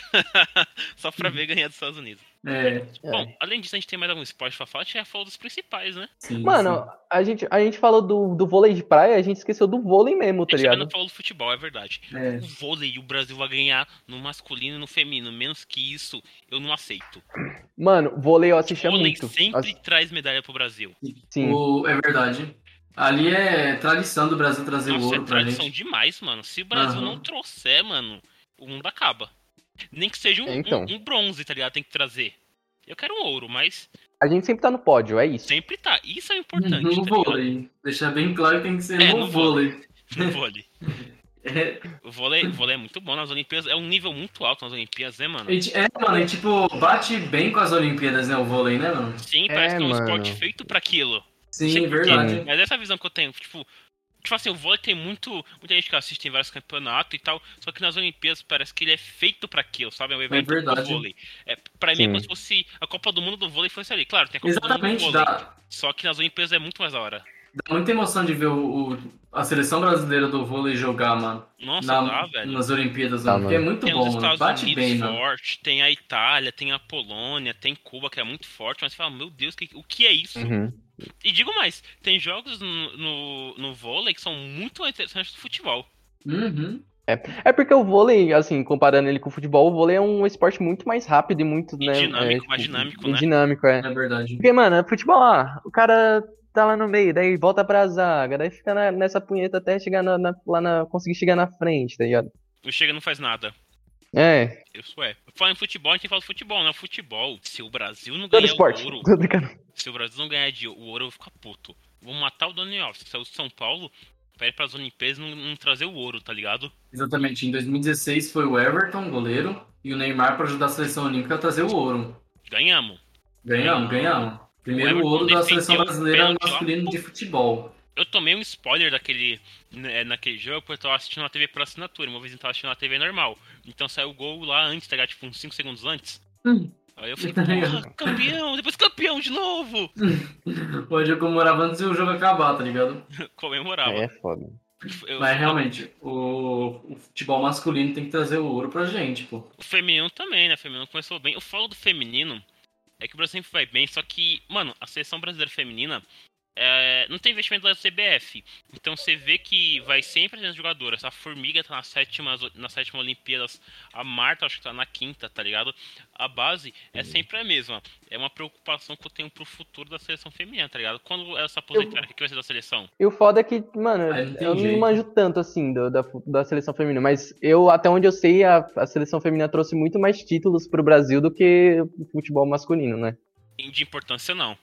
Speaker 1: Só pra ver ganhar dos Estados Unidos.
Speaker 3: Uhum. É,
Speaker 2: É.
Speaker 1: Bom, além disso, a gente tem mais algum esporte pra falar. A gente já falou dos principais, né?
Speaker 3: sim.
Speaker 2: Mano, a gente, a gente falou do, do vôlei de praia, a gente esqueceu do vôlei mesmo,
Speaker 1: A
Speaker 2: tá
Speaker 1: gente ainda
Speaker 2: ligado?
Speaker 1: não falou do futebol, é verdade.
Speaker 3: sim. É.
Speaker 1: O vôlei, o Brasil vai ganhar no masculino e no feminino. Menos que isso, eu não aceito.
Speaker 2: Mano, vôlei eu
Speaker 3: é
Speaker 2: assisti
Speaker 1: O vôlei
Speaker 2: muito. Assim,
Speaker 1: sempre
Speaker 2: Ass-
Speaker 1: traz medalha pro Brasil.
Speaker 2: Sim.
Speaker 3: O- é verdade. Ali é tradição do Brasil trazer o
Speaker 1: Nossa, é
Speaker 3: ouro pra
Speaker 1: tradição
Speaker 3: gente.
Speaker 1: demais, mano. Se o Brasil
Speaker 3: Aham.
Speaker 1: não trouxer, mano, o mundo acaba. Nem que seja um,
Speaker 2: É, então.
Speaker 1: um- um bronze, tá ligado? Tem que trazer. Eu quero um ouro, mas
Speaker 2: A gente sempre tá no pódio, é isso.
Speaker 1: sempre tá. Isso é importante.
Speaker 3: no
Speaker 1: tá ligado?
Speaker 3: Uhum, um vôlei. Deixar bem claro que tem que ser
Speaker 1: É,
Speaker 3: no
Speaker 1: no
Speaker 3: vôlei.
Speaker 1: No Um vôlei.
Speaker 3: É,
Speaker 1: O vôlei, o vôlei é muito bom nas Olimpíadas. É um nível muito alto nas Olimpíadas, né, mano?
Speaker 3: e ti- é, mano, e tipo, bate bem com as Olimpíadas, né? O vôlei, né, mano?
Speaker 1: Sim,
Speaker 2: É,
Speaker 1: parece que é um
Speaker 2: mano.
Speaker 1: esporte feito pra aquilo.
Speaker 3: Sim,
Speaker 1: Sim.
Speaker 3: é verdade.
Speaker 1: Mas essa é a visão que eu tenho, tipo. Tipo assim, o vôlei tem muito. Muita gente que assiste em vários campeonatos e tal. Só que nas Olimpíadas parece que ele é feito pra aquilo, sabe? É um evento do
Speaker 3: verdade.
Speaker 1: vôlei. É, pra mim é
Speaker 2: Sim.
Speaker 1: como se fosse a Copa do Mundo do vôlei fosse ali. Claro, tem a Copa do
Speaker 3: Exatamente,
Speaker 1: Mundo do vôlei.
Speaker 3: dá,
Speaker 1: Só que nas Olimpíadas é muito mais da hora.
Speaker 3: dá muita emoção de ver o, o- a seleção brasileira do vôlei jogar, mano.
Speaker 1: Nossa,
Speaker 3: na-
Speaker 1: dá, velho.
Speaker 3: nas Olimpíadas,
Speaker 2: Dá,
Speaker 3: mano. Porque é
Speaker 2: mano.
Speaker 3: muito
Speaker 1: Tem
Speaker 3: bom,
Speaker 1: os
Speaker 3: mano.
Speaker 1: Estados
Speaker 3: Bate
Speaker 1: Unidos
Speaker 3: bem, né? mano.
Speaker 1: forte, tem a Itália, tem a Polônia, tem Cuba, que é muito forte, mas você fala, meu Deus, que- o que é isso?
Speaker 2: Uhum.
Speaker 1: E digo mais, tem jogos no, no, no vôlei que são muito mais interessantes do futebol.
Speaker 3: Uhum.
Speaker 2: É porque o vôlei, assim, comparando ele com o futebol, o vôlei é um esporte muito mais rápido e muito,
Speaker 1: E
Speaker 2: né?
Speaker 1: dinâmico,
Speaker 2: é,
Speaker 1: mais dinâmico,
Speaker 2: e
Speaker 1: né?
Speaker 2: dinâmico, é.
Speaker 3: É verdade.
Speaker 2: Porque, mano, futebol, ah, o cara tá lá no meio, daí volta pra zaga, daí fica na- nessa punheta até chegar na, na- lá na. conseguir chegar na frente, tá ligado?
Speaker 1: O Chega não faz nada.
Speaker 2: É,
Speaker 1: Isso é. Fala em futebol, a gente fala de futebol, não é futebol. Se o Brasil não
Speaker 2: todo
Speaker 1: ganhar
Speaker 2: esporte.
Speaker 1: o ouro,
Speaker 2: Tô brincando.
Speaker 1: se o Brasil não ganhar de o ouro, eu vou ficar puto. Vou matar o Daniel Alves, que saiu de São Paulo, pra ir pras Olimpíadas e não, não trazer o ouro, tá ligado?
Speaker 3: Exatamente. Em 2016 foi o Everton, goleiro, e o Neymar pra ajudar a seleção olímpica a trazer o ouro.
Speaker 1: Ganhamos.
Speaker 3: Ganhamos, ganhamos.
Speaker 1: O
Speaker 3: Primeiro
Speaker 1: Everton
Speaker 3: ouro da
Speaker 1: defendeu
Speaker 3: seleção brasileira
Speaker 1: pênalti lá.
Speaker 3: masculino de futebol.
Speaker 1: Eu tomei um spoiler daquele né, naquele jogo, porque eu tava assistindo na TV por assinatura. Uma vez eu tava assistindo na TV normal. Então saiu o gol lá antes, tá ligado? Tipo, uns 5 segundos antes.
Speaker 3: Hum.
Speaker 1: Aí eu falei, porra, campeão, depois campeão de novo!
Speaker 3: Hoje eu comemorava antes do jogo acabar, tá ligado?
Speaker 1: Eu Comemorava.
Speaker 2: É foda.
Speaker 1: Eu-
Speaker 3: Mas realmente, o, o futebol masculino tem que trazer o ouro pra gente, pô.
Speaker 1: O feminino também, né? O feminino começou bem. Eu falo do feminino, é que o Brasil sempre vai bem, só que, mano, a seleção brasileira feminina é, não tem investimento lá do CBF. Então você vê que vai sempre tendo jogadoras. A Formiga tá na sétima, na sétima Olimpíadas, a Marta acho que tá na quinta, tá ligado? A base
Speaker 2: Uhum.
Speaker 1: é sempre a mesma. É uma preocupação que eu tenho pro futuro da seleção feminina, tá ligado? Quando ela se aposentar, o que que vai ser da seleção?
Speaker 2: E o foda é que, mano,
Speaker 3: Ah, não tem
Speaker 2: eu não
Speaker 3: jeito.
Speaker 2: manjo tanto assim do- da, da seleção feminina, mas eu, até onde eu sei, a, a seleção feminina trouxe muito mais títulos pro Brasil do que o futebol masculino, né?
Speaker 1: E De importância, não.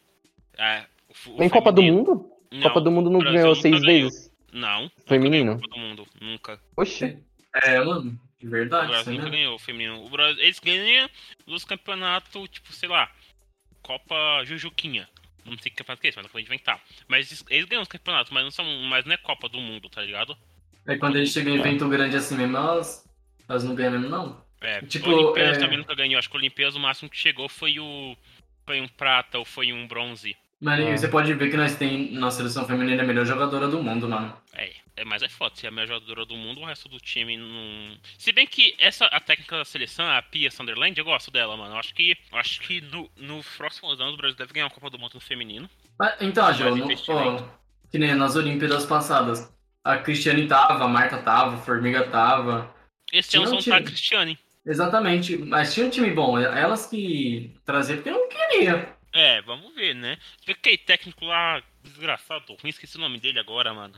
Speaker 1: É, o fu- o
Speaker 2: Nem Copa do
Speaker 1: feminino-
Speaker 2: Mundo?
Speaker 1: Não,
Speaker 2: Copa do Mundo não
Speaker 1: o Brasil
Speaker 2: ganhou
Speaker 1: nunca
Speaker 2: seis
Speaker 1: ganhou.
Speaker 2: vezes?
Speaker 1: Não.
Speaker 2: Feminino?
Speaker 1: Copa do Mundo, nunca.
Speaker 2: Oxi.
Speaker 3: É, mano. De
Speaker 1: O
Speaker 3: verdade,
Speaker 1: Brasil
Speaker 3: sim.
Speaker 1: nunca
Speaker 3: né?
Speaker 1: ganhou o feminino. O Brasil, eles ganham dos campeonatos, tipo, sei lá, Copa Jujuquinha. Não sei que campeonato que é esse, mas acabei de inventar. Mas eles, eles ganham os campeonatos, mas não, são, mas não é Copa do Mundo, tá ligado?
Speaker 3: Aí quando ele chega em evento grande assim mesmo, elas, elas não ganham mesmo, não.
Speaker 1: É,
Speaker 3: Tipo,
Speaker 1: Olimpíadas
Speaker 3: é-
Speaker 1: também nunca ganhou. Acho que Olimpíadas o máximo que chegou foi o. Foi um prata ou foi um bronze.
Speaker 3: Mas aí
Speaker 2: É.
Speaker 3: você pode ver que nós tem na seleção feminina a melhor jogadora do mundo, mano.
Speaker 1: É, é, mas é foda, se é a melhor jogadora do mundo, o resto do time não. Se bem que essa a técnica da seleção, a Pia Sunderland, eu gosto dela, mano. Eu acho que, eu acho que no, nos próximos anos o Brasil deve ganhar uma Copa do Mundo no feminino.
Speaker 3: Mas, então, João,
Speaker 1: Mais
Speaker 3: no,
Speaker 1: investimento.
Speaker 3: ó, que nem nas Olimpíadas passadas. A Cristiane tava, a Marta tava, a Formiga tava.
Speaker 1: Esse ano
Speaker 3: Não,
Speaker 1: são
Speaker 3: tio.
Speaker 1: tá a Cristiane.
Speaker 3: Exatamente. Mas tinha um time bom, elas que traziam porque eu não queria.
Speaker 1: É, vamos ver, né? Se bem que aquele técnico lá, desgraçado, ruim, esqueci o nome dele agora, mano.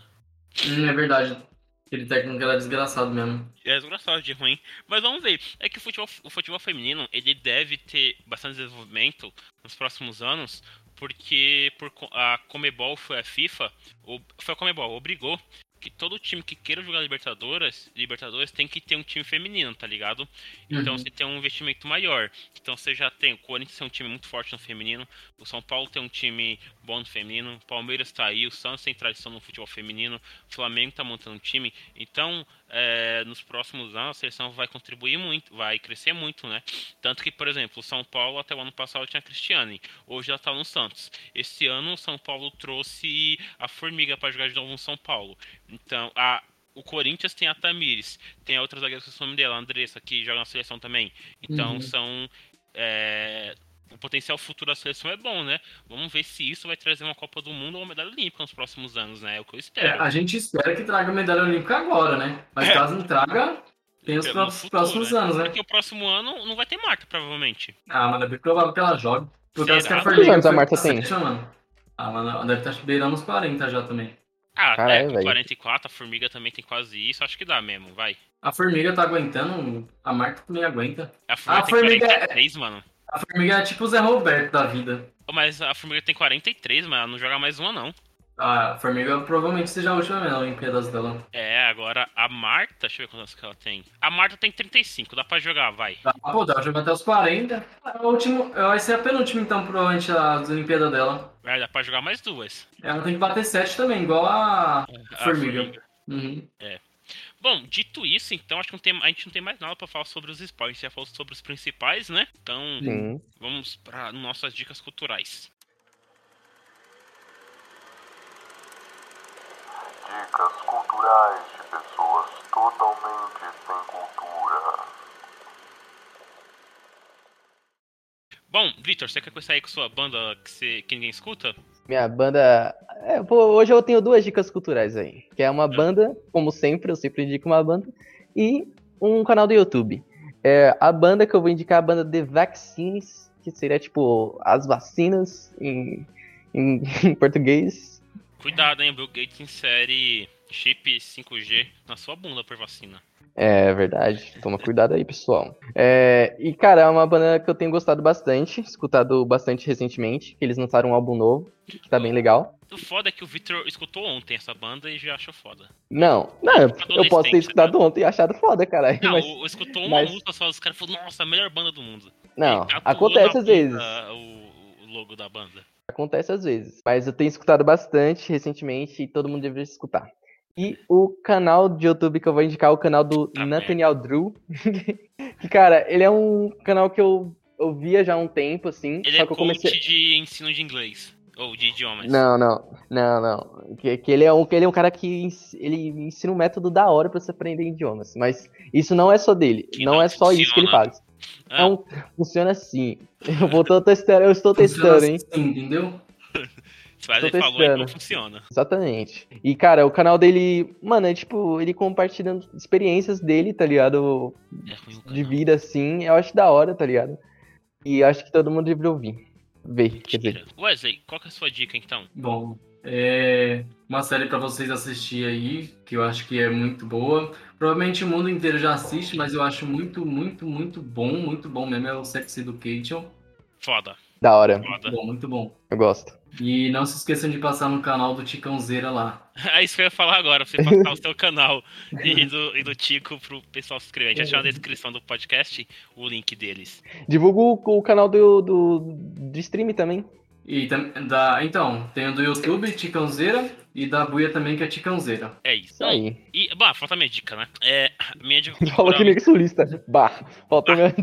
Speaker 3: Hum, é verdade. Aquele técnico era desgraçado mesmo.
Speaker 1: É desgraçado de ruim. Mas vamos ver. É que o futebol, o futebol feminino, ele deve ter bastante desenvolvimento nos próximos anos, porque por, co- a Comebol foi a FIFA, o- foi a Comebol, obrigou que todo time que queira jogar Libertadores, Libertadores tem que ter um time feminino, tá ligado? Então
Speaker 3: Uhum.
Speaker 1: você tem um investimento maior. Então você já tem, o Corinthians é um time muito forte no feminino, o São Paulo tem um time bom no feminino, o Palmeiras tá aí, o Santos tem tradição no futebol feminino, o Flamengo tá montando um time. Então, é, nos próximos anos a seleção vai contribuir muito, vai crescer muito, né? Tanto que, por exemplo, o São Paulo até o ano passado tinha a Cristiane, hoje ela tá no Santos. Esse ano o São Paulo trouxe a Formiga pra jogar de novo no São Paulo. Então, a, o Corinthians tem a Tamires, tem a outra zagueira que eu sou o nome dela, a Andressa, que joga na seleção também. Então
Speaker 3: Uhum.
Speaker 1: são. é, o potencial futuro da seleção é bom, né? Vamos ver se isso vai trazer uma Copa do Mundo ou uma medalha olímpica nos próximos anos, né? É o que eu
Speaker 3: É,
Speaker 1: espero.
Speaker 3: a gente espera que traga a medalha olímpica agora, né? Mas
Speaker 1: É.
Speaker 3: caso não traga, tem os
Speaker 1: É, no
Speaker 3: próximos,
Speaker 1: futuro,
Speaker 3: próximos
Speaker 1: né?
Speaker 3: anos, né?
Speaker 1: Porque o próximo ano não vai ter Marta, provavelmente.
Speaker 3: Ah, mano, é bem provável que ela jogue. Por causa que
Speaker 1: Será?
Speaker 3: a Formiga
Speaker 2: anos a
Speaker 3: foi
Speaker 2: Marta
Speaker 3: pra
Speaker 2: tem?
Speaker 3: sétima, mano. Ah, mano, ela deve estar beirando os 40 já também.
Speaker 1: Ah,
Speaker 2: Caralho,
Speaker 1: é, com
Speaker 2: velho.
Speaker 1: 44, a Formiga também tem quase isso, acho que dá mesmo, vai.
Speaker 3: A Formiga tá aguentando, a Marta também aguenta.
Speaker 1: A Formiga
Speaker 3: A
Speaker 1: tem
Speaker 3: Formiga é-
Speaker 1: 43, mano.
Speaker 3: A Formiga é tipo o Zé Roberto da vida.
Speaker 1: Ô, Mas a Formiga tem 43, mas ela não joga mais uma, não.
Speaker 3: A Formiga provavelmente seja a última mesmo, Olimpíadas dela.
Speaker 1: É, agora a Marta, deixa eu ver quantas que ela tem. A Marta tem 35, dá pra jogar, vai.
Speaker 3: Ah, pô, dá pra jogar até os 40. É o último, vai ser a penúltima, então, provavelmente, as Olimpíadas dela.
Speaker 1: Vai, dá pra jogar mais duas.
Speaker 3: Ela tem que bater 7 também, igual a
Speaker 1: A
Speaker 3: Formiga. Uhum.
Speaker 1: Bom, dito isso, então acho que não tem- a gente não tem mais nada pra falar sobre os esportes. A gente já falou sobre os principais, né? Então
Speaker 2: Sim.
Speaker 1: vamos para nossas dicas culturais.
Speaker 4: Dicas culturais de pessoas totalmente sem cultura.
Speaker 1: Bbom, Vitor, você quer começar aí com sua banda que, você- que ninguém escuta?
Speaker 2: Minha banda. é, eu vou- hoje eu tenho duas dicas culturais aí. Que é uma banda, como sempre, eu sempre indico uma banda, e um canal do YouTube. É, a banda que eu vou indicar é a banda The Vaccines, que seria tipo as vacinas em, em- em português.
Speaker 1: Cuidado, hein? Bill Gates insere chip 5G na sua bunda por vacina.
Speaker 2: É verdade, toma cuidado aí, pessoal. É, e cara, é uma banda que eu tenho gostado bastante, escutado bastante recentemente, que eles lançaram um álbum novo, que tá bem legal.
Speaker 1: O foda é que o Vitor escutou ontem essa banda e já achou foda.
Speaker 2: Não, não, eu posso ter escutado ontem e achado foda, cara.
Speaker 1: né? Não,
Speaker 2: mas-
Speaker 1: Ah, o- escutou uma
Speaker 2: mas-
Speaker 1: música só, os caras falaram, nossa, a melhor banda do mundo.
Speaker 2: Não,
Speaker 1: E tatuou
Speaker 2: acontece
Speaker 1: na
Speaker 2: às vezes.
Speaker 1: bunda O, o logo da banda.
Speaker 2: Acontece às vezes. Mas eu tenho escutado bastante recentemente e todo mundo deveria escutar. E o canal de YouTube que eu vou indicar é o canal do
Speaker 1: Tá
Speaker 2: Nathaniel Drew. que, cara, ele é um canal que eu, eu via já há um tempo, assim.
Speaker 1: Ele
Speaker 2: só
Speaker 1: é
Speaker 2: que eu
Speaker 1: coach
Speaker 2: comecei.
Speaker 1: de ensino de inglês. Ou de idiomas.
Speaker 2: Não, não, não, não. Que, que ele, é um, que ele é um cara que ens- ele ensina um método da hora pra você aprender idiomas. Mas isso não é só dele.
Speaker 1: Que
Speaker 2: Não
Speaker 1: não
Speaker 2: é só isso que ele
Speaker 1: funciona.
Speaker 2: faz. É um- funciona assim. Eu vou tô testando, eu estou
Speaker 3: Funciona
Speaker 2: testando, hein?
Speaker 3: assim, entendeu?
Speaker 1: Se faz,
Speaker 2: Tô
Speaker 1: ele falou e não
Speaker 2: testando.
Speaker 1: funciona.
Speaker 2: Exatamente. E, cara, o canal dele, mano, é tipo, ele compartilhando experiências dele, tá ligado?
Speaker 1: É ruim o
Speaker 2: De
Speaker 1: canal.
Speaker 2: vida, assim. Eu acho da hora, tá ligado? E eu acho que todo mundo deveria ouvir. Ver, quer dizer.
Speaker 1: Mentira. Wesley, qual que é a sua dica então?
Speaker 3: Bom, é uma série pra vocês assistir aí, que eu acho que é muito boa. Provavelmente o mundo inteiro já assiste, mas eu acho muito, muito, muito bom, muito bom mesmo. É o Sex Education.
Speaker 1: Foda,
Speaker 2: Da hora.
Speaker 1: foda.
Speaker 3: Bom, muito bom.
Speaker 2: Eu gosto.
Speaker 3: E não se esqueçam de passar no canal do Ticãozeira lá.
Speaker 1: É isso que eu ia falar agora, pra você passar o seu canal e do, e do Tico pro pessoal se inscrever. A gente vai deixar na descrição do podcast o link deles.
Speaker 2: Divulga o, o canal do, do, do stream também.
Speaker 3: E tam- da, então, tem o do YouTube, Ticãozeira, e da Buia também, que é Ticãozeira.
Speaker 1: É isso.
Speaker 2: Isso aí.
Speaker 1: E, bah, falta minha dica, né? É, minha dica
Speaker 2: Falou que
Speaker 1: cultural.
Speaker 2: nem sulista. Bah,
Speaker 1: Ah,
Speaker 2: falta minha...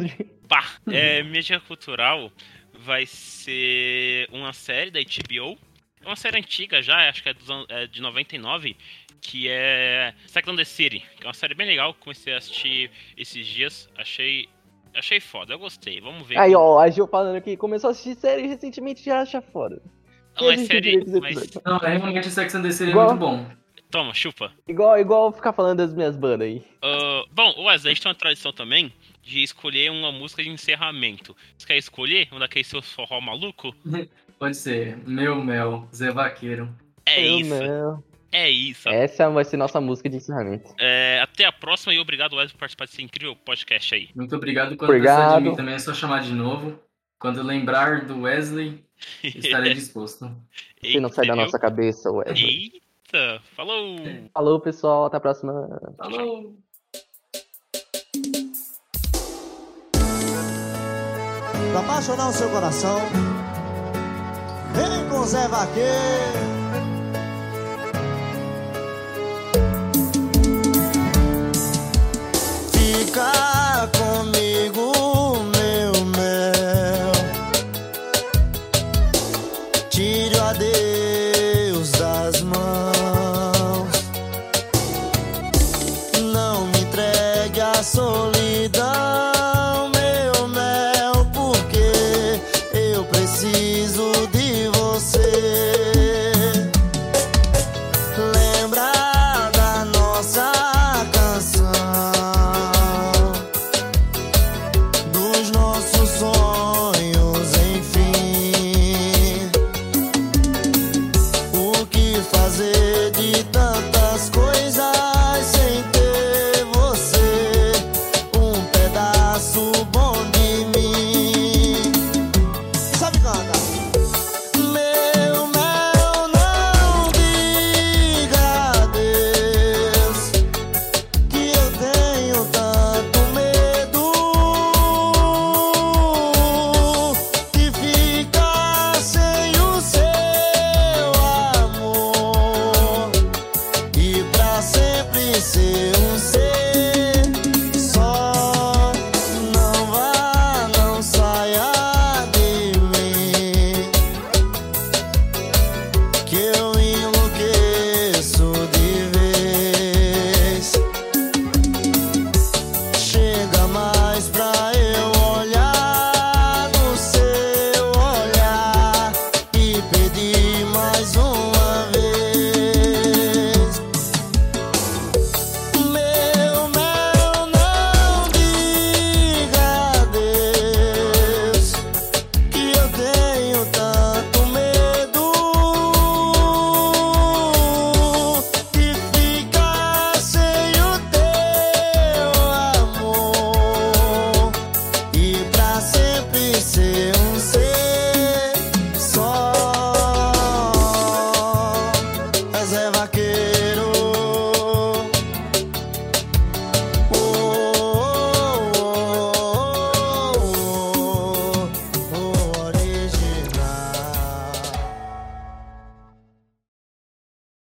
Speaker 1: Bah, é, minha dica cultural vai ser uma série da HBO. É uma série antiga já, acho que é, dos an- é de 99, que é Sex and the City, que é uma série bem legal. Comecei a assistir esses dias, achei. Achei foda, eu gostei. Vamos ver.
Speaker 2: Aí, ó, a Gil falando aqui, começou a assistir série recentemente já acha foda. Quem
Speaker 1: Mas
Speaker 2: assistiu
Speaker 1: é série.
Speaker 2: direito os
Speaker 1: Mas,
Speaker 2: episódios?
Speaker 3: Não, é realmente o Sex and the City é
Speaker 2: Igual-
Speaker 3: muito bom.
Speaker 1: toma, chupa.
Speaker 2: Igual, igual eu ficar falando das minhas bandas aí.
Speaker 1: Ah, bom, o Wesley, a gente tem uma tradição também de escolher uma música de encerramento. Você quer escolher um daqueles seus forró maluco?
Speaker 3: Pode ser. Meu Mel, Zé Vaqueiro.
Speaker 1: É
Speaker 2: Eu né?
Speaker 1: isso,
Speaker 2: não.
Speaker 1: é isso. É.
Speaker 2: Essa vai ser nossa música de encerramento.
Speaker 1: até a próxima e obrigado, Wesley, por participar desse incrível podcast aí.
Speaker 3: Muito obrigado. Quando
Speaker 2: Obrigado.
Speaker 3: precisar de mim também é só chamar de novo. Quando lembrar do Wesley, estarei disposto.
Speaker 2: Que não sai da nossa cabeça, ué.
Speaker 1: Eita, falou!
Speaker 2: Falou, pessoal. Até a próxima.
Speaker 3: Falou!
Speaker 5: Pra apaixonar o seu coração. Vem com o Zé Vaqueiro. Fica comigo, meu mel. Tire o adeus das mãos. Não me entregue à solidão. Um um um é